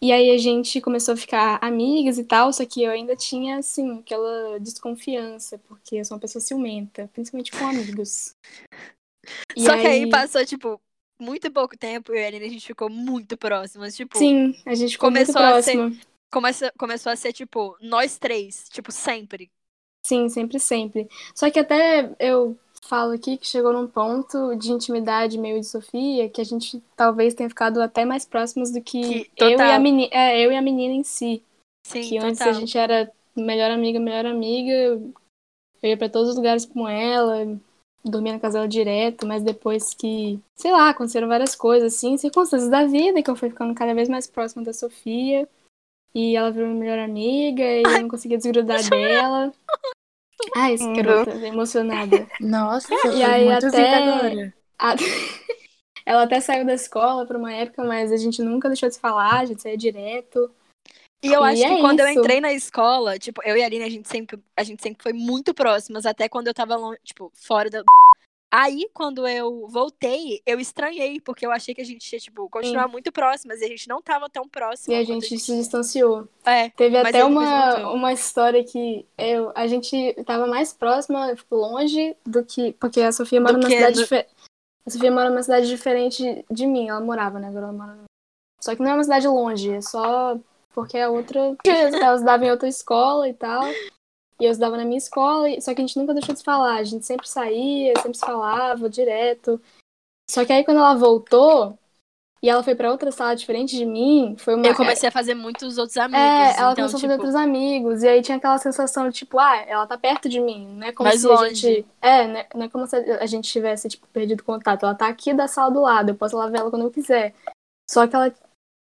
Speaker 5: E aí a gente começou a ficar amigas e tal, só que eu ainda tinha, assim, aquela desconfiança, porque eu sou uma pessoa ciumenta, principalmente com amigos. E
Speaker 2: Só que aí passou, tipo, muito pouco tempo. Eu e a Aline, a gente ficou muito próximas. Tipo,
Speaker 5: Sim, a gente ficou muito
Speaker 2: começou a ser-
Speaker 5: próxima.
Speaker 2: começa- começou a ser, tipo, nós três. Tipo, sempre.
Speaker 5: Sim, sempre, sempre. Só que até eu falo aqui que chegou num ponto de intimidade meio de Sofia que a gente talvez tenha ficado até mais próximos do que,
Speaker 2: Que-
Speaker 5: eu, e
Speaker 2: total.
Speaker 5: a meni, é, eu e a menina em si.
Speaker 2: Sim,
Speaker 5: que antes
Speaker 2: total.
Speaker 5: a gente era melhor amiga, melhor amiga. Eu ia pra todos os lugares com ela, dormia na casa dela direto, mas depois que, sei lá, aconteceram várias coisas, assim, circunstâncias da vida, que eu fui ficando cada vez mais próxima da Sofia. E ela virou minha melhor amiga e eu não conseguia desgrudar dela. Ai,
Speaker 2: Uhum.
Speaker 5: escrota, emocionada.
Speaker 3: Nossa,
Speaker 5: E aí
Speaker 3: muito
Speaker 5: até-
Speaker 3: zica agora.
Speaker 5: A- Ela até saiu da escola por uma época, mas a gente nunca deixou de se falar, a gente saía direto.
Speaker 2: E eu
Speaker 5: E
Speaker 2: acho
Speaker 5: é
Speaker 2: que quando eu
Speaker 5: isso.
Speaker 2: entrei na escola, tipo, eu e a Aline, a gente sempre, a gente sempre foi muito próximas, até quando eu tava longe, tipo, fora da. [LAUGHS] Aí, quando eu voltei, eu estranhei, porque eu achei que a gente ia, tipo, continuar muito próximas, e a gente não tava tão
Speaker 5: E
Speaker 2: próxima.
Speaker 5: a
Speaker 2: quanto
Speaker 5: gente se distanciou.
Speaker 2: É,
Speaker 5: Teve
Speaker 2: Mas
Speaker 5: até
Speaker 2: aí depois
Speaker 5: uma,
Speaker 2: voltou.
Speaker 5: uma história que eu, a gente tava mais próxima, tipo, longe do que. Porque a Sofia mora
Speaker 2: Do
Speaker 5: numa
Speaker 2: que
Speaker 5: cidade
Speaker 2: do-
Speaker 5: diferente. A Sofia mora numa cidade diferente de mim. Ela morava, né? Agora ela mora. Só que não é uma cidade longe, é só porque a outra.
Speaker 2: [LAUGHS]
Speaker 5: Ela estudava em outra escola e tal. E eu estudava na minha escola, e- só que a gente nunca deixou de se falar. A gente sempre saía, sempre se falava direto. Só que aí quando ela voltou e ela foi pra outra sala diferente de mim, foi uma.
Speaker 2: eu comecei a fazer muitos outros amigos.
Speaker 5: É, ela
Speaker 2: então,
Speaker 5: começou
Speaker 2: tipo,
Speaker 5: a fazer outros amigos, e aí tinha aquela sensação de, tipo, ah, ela tá perto de mim, não é como
Speaker 2: Mais
Speaker 5: se a
Speaker 2: longe.
Speaker 5: gente... É, né, não é como se a gente tivesse, tipo, perdido contato, ela tá aqui da sala do lado, eu posso ir lá ver ela quando eu quiser. Só que ela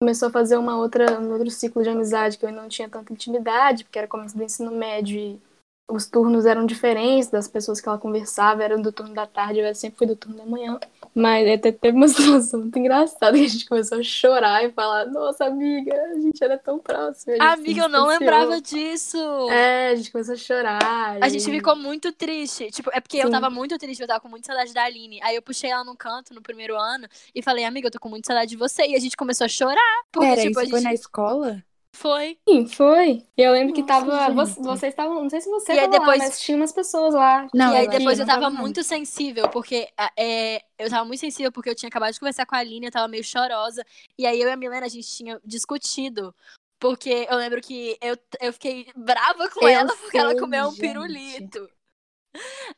Speaker 5: começou a fazer uma outra, um outro ciclo de amizade que eu não tinha tanta intimidade, porque era começo do ensino médio e os turnos eram diferentes das pessoas que ela conversava, eram do turno da tarde, eu sempre fui do turno da manhã. Mas até teve uma [LAUGHS] situação muito engraçada que a gente começou a chorar e falar: Nossa, amiga, a gente era tão próxima. a gente se
Speaker 2: Amiga, eu não
Speaker 5: distanciou."
Speaker 2: lembrava disso.
Speaker 5: É, a gente começou a chorar.
Speaker 2: A
Speaker 5: e-
Speaker 2: gente ficou muito triste. Tipo, é porque eu
Speaker 5: Sim.
Speaker 2: tava muito triste, eu tava com muita saudade da Aline. Aí eu puxei ela num canto no primeiro ano e falei, amiga, eu tô com muita saudade de você. E a gente começou a chorar. Porque,
Speaker 3: Pera,
Speaker 2: tipo,
Speaker 3: isso
Speaker 2: a gente
Speaker 3: foi na escola?
Speaker 2: foi.
Speaker 5: Sim, foi. E eu lembro que
Speaker 3: Nossa,
Speaker 5: tava. vo-
Speaker 3: gente.
Speaker 5: Vocês estavam. Não sei se você
Speaker 2: E aí
Speaker 5: tava lá,
Speaker 2: depois-
Speaker 5: mas tinha umas pessoas lá.
Speaker 3: Não,
Speaker 2: e aí
Speaker 3: eu
Speaker 2: depois
Speaker 3: acho
Speaker 2: eu
Speaker 3: que não
Speaker 2: tava
Speaker 3: tava, não.
Speaker 2: muito sensível, porque a- é, eu tava muito sensível porque eu tinha acabado de conversar com a Aline, eu tava meio chorosa. E aí eu e a Milena, a gente tinha discutido Porque eu lembro que eu, eu fiquei brava com
Speaker 3: Eu
Speaker 2: ela porque ela
Speaker 3: sei,
Speaker 2: comeu um
Speaker 3: gente.
Speaker 2: pirulito.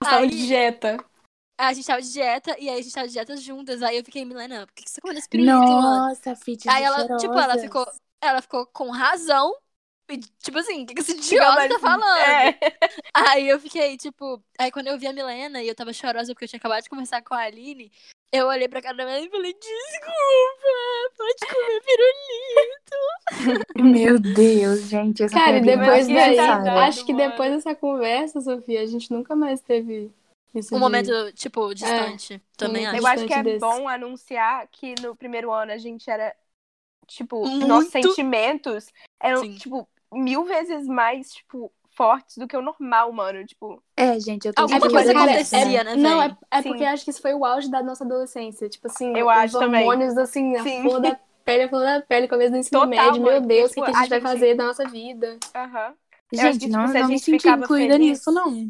Speaker 5: Estava
Speaker 2: Aí-
Speaker 5: de dieta.
Speaker 2: A gente tava de dieta e aí a gente tava de dieta juntas. Aí eu fiquei, Milena, por que que você comeu esse pirulito, mano?
Speaker 3: Nossa, é fit
Speaker 2: Aí ela, tipo, ela ficou, ela ficou com razão. E, tipo assim, o que, que esse
Speaker 1: Chegou
Speaker 2: idiota tá
Speaker 1: mais-
Speaker 2: falando?
Speaker 1: É.
Speaker 2: Aí eu fiquei, tipo. Aí quando eu vi a Milena e eu tava chorosa porque eu tinha acabado de conversar com a Aline, eu olhei pra cara da Milena e falei: desculpa, tipo, pode comer pirulito.
Speaker 3: Meu Deus, gente. Essa
Speaker 5: Cara, e
Speaker 3: família
Speaker 1: mais
Speaker 5: depois
Speaker 3: é
Speaker 5: daí,
Speaker 3: desnecessária.
Speaker 1: verdade.
Speaker 5: acho que
Speaker 1: mano.
Speaker 5: depois dessa conversa, Sofia, a gente nunca mais teve esse
Speaker 2: Um momento, tipo, distante. Também
Speaker 5: um-
Speaker 2: acho.
Speaker 1: Eu acho que é
Speaker 5: desse.
Speaker 1: bom anunciar que no primeiro ano a gente era, tipo,
Speaker 2: Muito.
Speaker 1: nossos sentimentos eram,
Speaker 2: Sim.
Speaker 1: tipo, mil vezes mais, tipo, fortes do que o normal, mano. Tipo,
Speaker 3: É, gente, eu tenho
Speaker 2: Alguma
Speaker 5: porque,
Speaker 2: coisa
Speaker 5: cara,
Speaker 2: acontecia, né?
Speaker 5: Não,
Speaker 2: véi?
Speaker 5: é, é
Speaker 1: Sim.
Speaker 5: porque acho que isso foi o auge da nossa adolescência. Tipo assim,
Speaker 1: Eu
Speaker 5: os
Speaker 1: acho também.
Speaker 5: hormônios, assim, a
Speaker 1: Sim.
Speaker 5: flor da pele, a flor da pele, começo do ensino
Speaker 1: Total,
Speaker 5: médio. Meu
Speaker 1: mano,
Speaker 5: Deus, o
Speaker 1: porque,
Speaker 5: que, que
Speaker 1: tipo,
Speaker 5: a gente,
Speaker 1: a
Speaker 5: vai
Speaker 1: gente-
Speaker 5: fazer da nossa vida?
Speaker 1: aham. Eu acho que,
Speaker 3: Gente,
Speaker 1: tipo,
Speaker 3: não,
Speaker 1: se a
Speaker 3: não me
Speaker 1: gente
Speaker 3: senti
Speaker 1: ficava
Speaker 3: incluída
Speaker 1: feliz-
Speaker 3: nisso, não.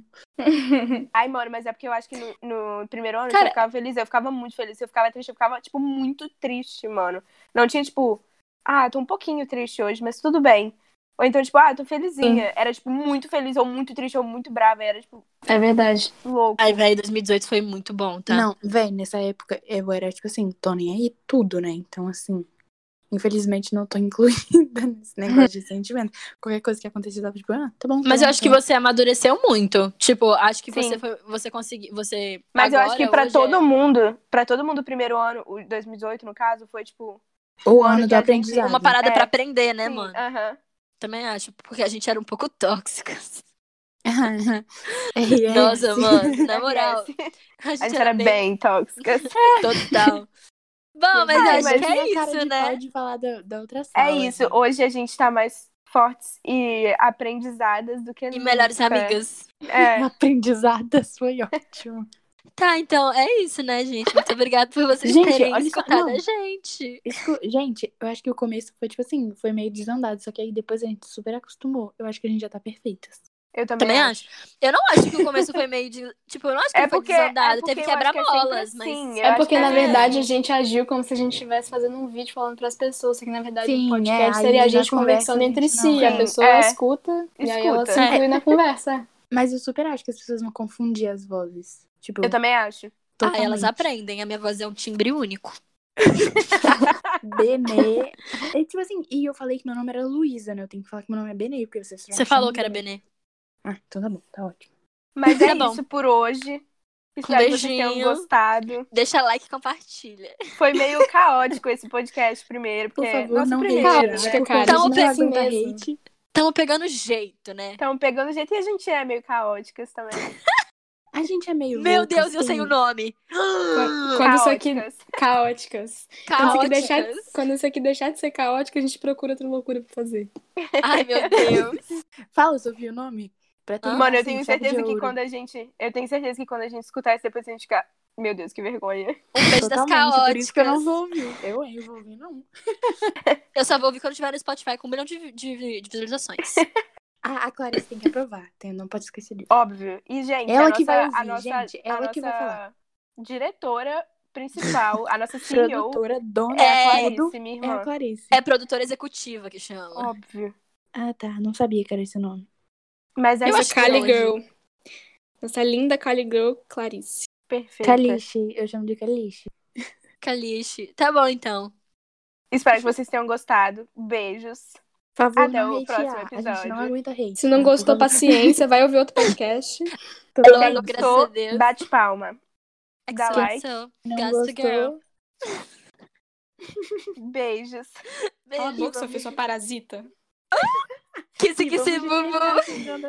Speaker 1: Ai, mano, mas é porque eu acho que no, no primeiro ano, se
Speaker 5: Cara-
Speaker 1: eu ficava feliz, eu ficava muito feliz. Se eu ficava triste, eu ficava, tipo, muito triste, mano. Não tinha, tipo, ah, tô um pouquinho triste hoje, mas tudo bem. Ou então, tipo, ah, tô felizinha. Era, tipo, muito feliz, ou muito triste, ou muito brava. Era, tipo,
Speaker 5: É verdade.
Speaker 1: louco.
Speaker 2: Ai, velho, 2018 foi muito bom, tá?
Speaker 3: Não, véi, nessa época eu era, tipo assim, tô nem aí tudo, né? Então, assim, infelizmente não tô [LAUGHS] incluída nesse negócio de sentimento. Qualquer coisa que acontecia, eu tava tipo, ah, tá bom. tá
Speaker 2: Mas
Speaker 3: bom,
Speaker 2: eu acho
Speaker 3: tá
Speaker 2: que
Speaker 3: bom.
Speaker 2: você amadureceu muito. Tipo, acho que
Speaker 1: Sim.
Speaker 2: você foi, você conseguiu, você
Speaker 1: Mas eu acho
Speaker 2: agora,
Speaker 1: que pra
Speaker 2: hoje,
Speaker 1: todo
Speaker 2: é
Speaker 1: mundo, pra todo mundo, o primeiro ano, o 2018, no caso, foi, tipo,
Speaker 3: O
Speaker 1: ano
Speaker 3: ano
Speaker 1: que
Speaker 3: do
Speaker 1: a gente-
Speaker 3: aprendizado. [LAUGHS]
Speaker 2: uma parada
Speaker 1: É.
Speaker 2: pra aprender, né,
Speaker 1: sim,
Speaker 2: mano?
Speaker 1: aham.
Speaker 2: Também acho, porque a gente era um pouco tóxicas.
Speaker 3: RS.
Speaker 1: [LAUGHS]
Speaker 2: [LAUGHS] Nossa, mano, na moral,
Speaker 1: RS.
Speaker 2: a gente,
Speaker 1: A gente era bem
Speaker 2: [LAUGHS]
Speaker 1: tóxicas. [LAUGHS]
Speaker 2: total. Bom, mas
Speaker 1: Ai,
Speaker 2: acho
Speaker 1: mas
Speaker 2: que
Speaker 3: Tinha
Speaker 2: é
Speaker 3: cara
Speaker 2: isso,
Speaker 3: de
Speaker 2: né?
Speaker 3: pau de falar da, da outra sala.
Speaker 1: É isso,
Speaker 3: gente.
Speaker 1: hoje a gente tá mais fortes e aprendizadas do que
Speaker 2: E melhores
Speaker 1: nunca.
Speaker 2: amigas.
Speaker 1: É.
Speaker 3: Aprendizadas [LAUGHS] foi ótimo.
Speaker 2: Tá, então é isso, né, gente? Muito obrigada por vocês
Speaker 3: Gente,
Speaker 2: terem
Speaker 3: olha só,
Speaker 2: escutado
Speaker 3: não.
Speaker 2: a gente.
Speaker 3: Escu- gente, eu acho que o começo foi tipo assim, foi meio desandado, só que aí depois a gente super acostumou. Eu acho que a gente já tá perfeitas.
Speaker 2: [LAUGHS]
Speaker 1: Eu também,
Speaker 2: Também
Speaker 1: acho.
Speaker 2: acho. Eu não acho que o começo foi meio de. Tipo, eu não acho que
Speaker 1: É
Speaker 2: foi
Speaker 1: porque,
Speaker 2: desandado.
Speaker 1: é porque
Speaker 2: Teve
Speaker 1: eu acho que é sempre
Speaker 2: quebra-molas, mas.
Speaker 1: assim, eu
Speaker 5: É
Speaker 1: acho
Speaker 5: porque,
Speaker 1: que
Speaker 5: na
Speaker 2: é.
Speaker 5: verdade, a gente agiu como se a gente estivesse fazendo um vídeo falando pras pessoas, só que, na verdade,
Speaker 3: Sim,
Speaker 5: o
Speaker 3: é, aí
Speaker 5: podcast seria a
Speaker 3: nós
Speaker 5: gente conversando
Speaker 3: conversamos,
Speaker 5: entre
Speaker 3: não.
Speaker 5: si.
Speaker 1: Sim,
Speaker 5: a pessoa
Speaker 1: é.
Speaker 5: escuta, e aí ela se
Speaker 1: Escuta.
Speaker 5: inclui
Speaker 1: [LAUGHS]
Speaker 5: na conversa.
Speaker 3: Mas eu super acho que as pessoas vão confundir as vozes. Tipo,
Speaker 1: Eu também acho.
Speaker 2: Ah, elas
Speaker 3: totalmente.
Speaker 2: aprendem. A minha voz é um timbre único.
Speaker 3: [LAUGHS] Benê. É, tipo assim, e eu falei que meu nome era Luísa, né? Eu tenho que falar que meu nome é Benê, porque vocês
Speaker 1: um
Speaker 2: Você falou que era Benê.
Speaker 3: Ah, então tá bom, tá ótimo.
Speaker 1: Mas
Speaker 2: Tá
Speaker 1: é
Speaker 2: bom. Um
Speaker 1: isso por hoje. Espero que vocês
Speaker 2: beijinho.
Speaker 1: tenham gostado.
Speaker 2: Deixa like e compartilha.
Speaker 1: Foi meio caótico esse podcast primeiro,
Speaker 3: Por
Speaker 1: porque
Speaker 3: favor,
Speaker 1: nosso
Speaker 3: não
Speaker 1: primeiro, né?
Speaker 5: hate, Cara,
Speaker 3: hate.
Speaker 5: a
Speaker 3: Cara,
Speaker 5: gente
Speaker 3: não
Speaker 5: não
Speaker 3: aguenta
Speaker 5: mesmo.
Speaker 3: hate.
Speaker 2: Tamo pegando jeito, né?
Speaker 1: Então, pegando o jeito e a gente é meio caóticas também.
Speaker 3: A gente é meio
Speaker 2: Meu
Speaker 3: louca,
Speaker 2: Deus, eu
Speaker 3: assim.
Speaker 2: sei o nome.
Speaker 5: Quando isso aqui-
Speaker 1: caóticas.
Speaker 5: Caóticas. Quando isso, aqui deixar,
Speaker 2: Caóticas.
Speaker 5: quando isso aqui deixar de ser caótico, a gente procura outra loucura pra fazer.
Speaker 2: Ai, meu Deus.
Speaker 3: Fala, Sofia, o nome? Pra terminar,
Speaker 1: Mano, eu
Speaker 3: assim,
Speaker 1: tenho
Speaker 3: chave de
Speaker 1: certeza que
Speaker 3: ouro.
Speaker 1: quando a gente. Eu tenho certeza que quando a gente escutar isso, depois a gente fica. Meu Deus, que vergonha.
Speaker 2: [LAUGHS] Um beijo das
Speaker 3: Totalmente,
Speaker 2: caóticas.
Speaker 3: Por isso que eu não vou ouvir. Eu, hein, vou ouvir, não.
Speaker 2: Eu só vou ouvir quando tiver no Spotify com um milhão de, vi- de vi- de [LAUGHS] visualizações.
Speaker 3: Ah, A, a Clarice tem que aprovar, tem- não pode esquecer disso.
Speaker 1: Óbvio. E, gente,
Speaker 3: Ela
Speaker 1: a nossa,
Speaker 3: que vai
Speaker 1: a
Speaker 3: ouvir,
Speaker 1: nossa,
Speaker 3: gente,
Speaker 1: a
Speaker 3: ela que vai
Speaker 1: nossa
Speaker 3: falar.
Speaker 1: diretora principal, a nossa CEO.
Speaker 3: Produtora, dona,
Speaker 1: É a
Speaker 2: É,
Speaker 3: tudo.
Speaker 1: Clarice, minha
Speaker 3: É a
Speaker 1: irmã.
Speaker 3: Clarice.
Speaker 2: É produtora executiva que chama.
Speaker 1: Óbvio.
Speaker 3: Ah, tá. Não sabia que era esse nome.
Speaker 1: Mas é
Speaker 2: Eu
Speaker 1: isso.
Speaker 2: acho
Speaker 5: Nossa
Speaker 2: que
Speaker 5: Cali
Speaker 2: hoje.
Speaker 5: Girl. Nossa linda Cali Girl, Clarice.
Speaker 1: Perfeita.
Speaker 3: Caliche. Eu chamo de Caliche.
Speaker 2: Caliche. Tá bom, então.
Speaker 1: Espero que vocês tenham gostado. Beijos.
Speaker 3: Por favor,
Speaker 1: Até
Speaker 3: não
Speaker 1: o
Speaker 3: hatear.
Speaker 1: próximo
Speaker 3: A gente
Speaker 1: episódio.
Speaker 3: não aguenta hate. Tipo,
Speaker 5: Se não gostou,
Speaker 3: passou.
Speaker 5: paciência, vai [LAUGHS] ouvir outro podcast.
Speaker 2: Alô,
Speaker 1: Quem
Speaker 2: alô, graças
Speaker 1: gostou,
Speaker 2: a Deus.
Speaker 1: bate palma. Dá like.
Speaker 2: XOXO.
Speaker 3: Não
Speaker 2: Gosto, girl.
Speaker 3: gostou.
Speaker 1: Beijos.
Speaker 5: Cala a
Speaker 2: Beijo.
Speaker 5: boca, Sofia, sua parasita.
Speaker 2: Kissy, kissy, bubu.
Speaker 3: bubu.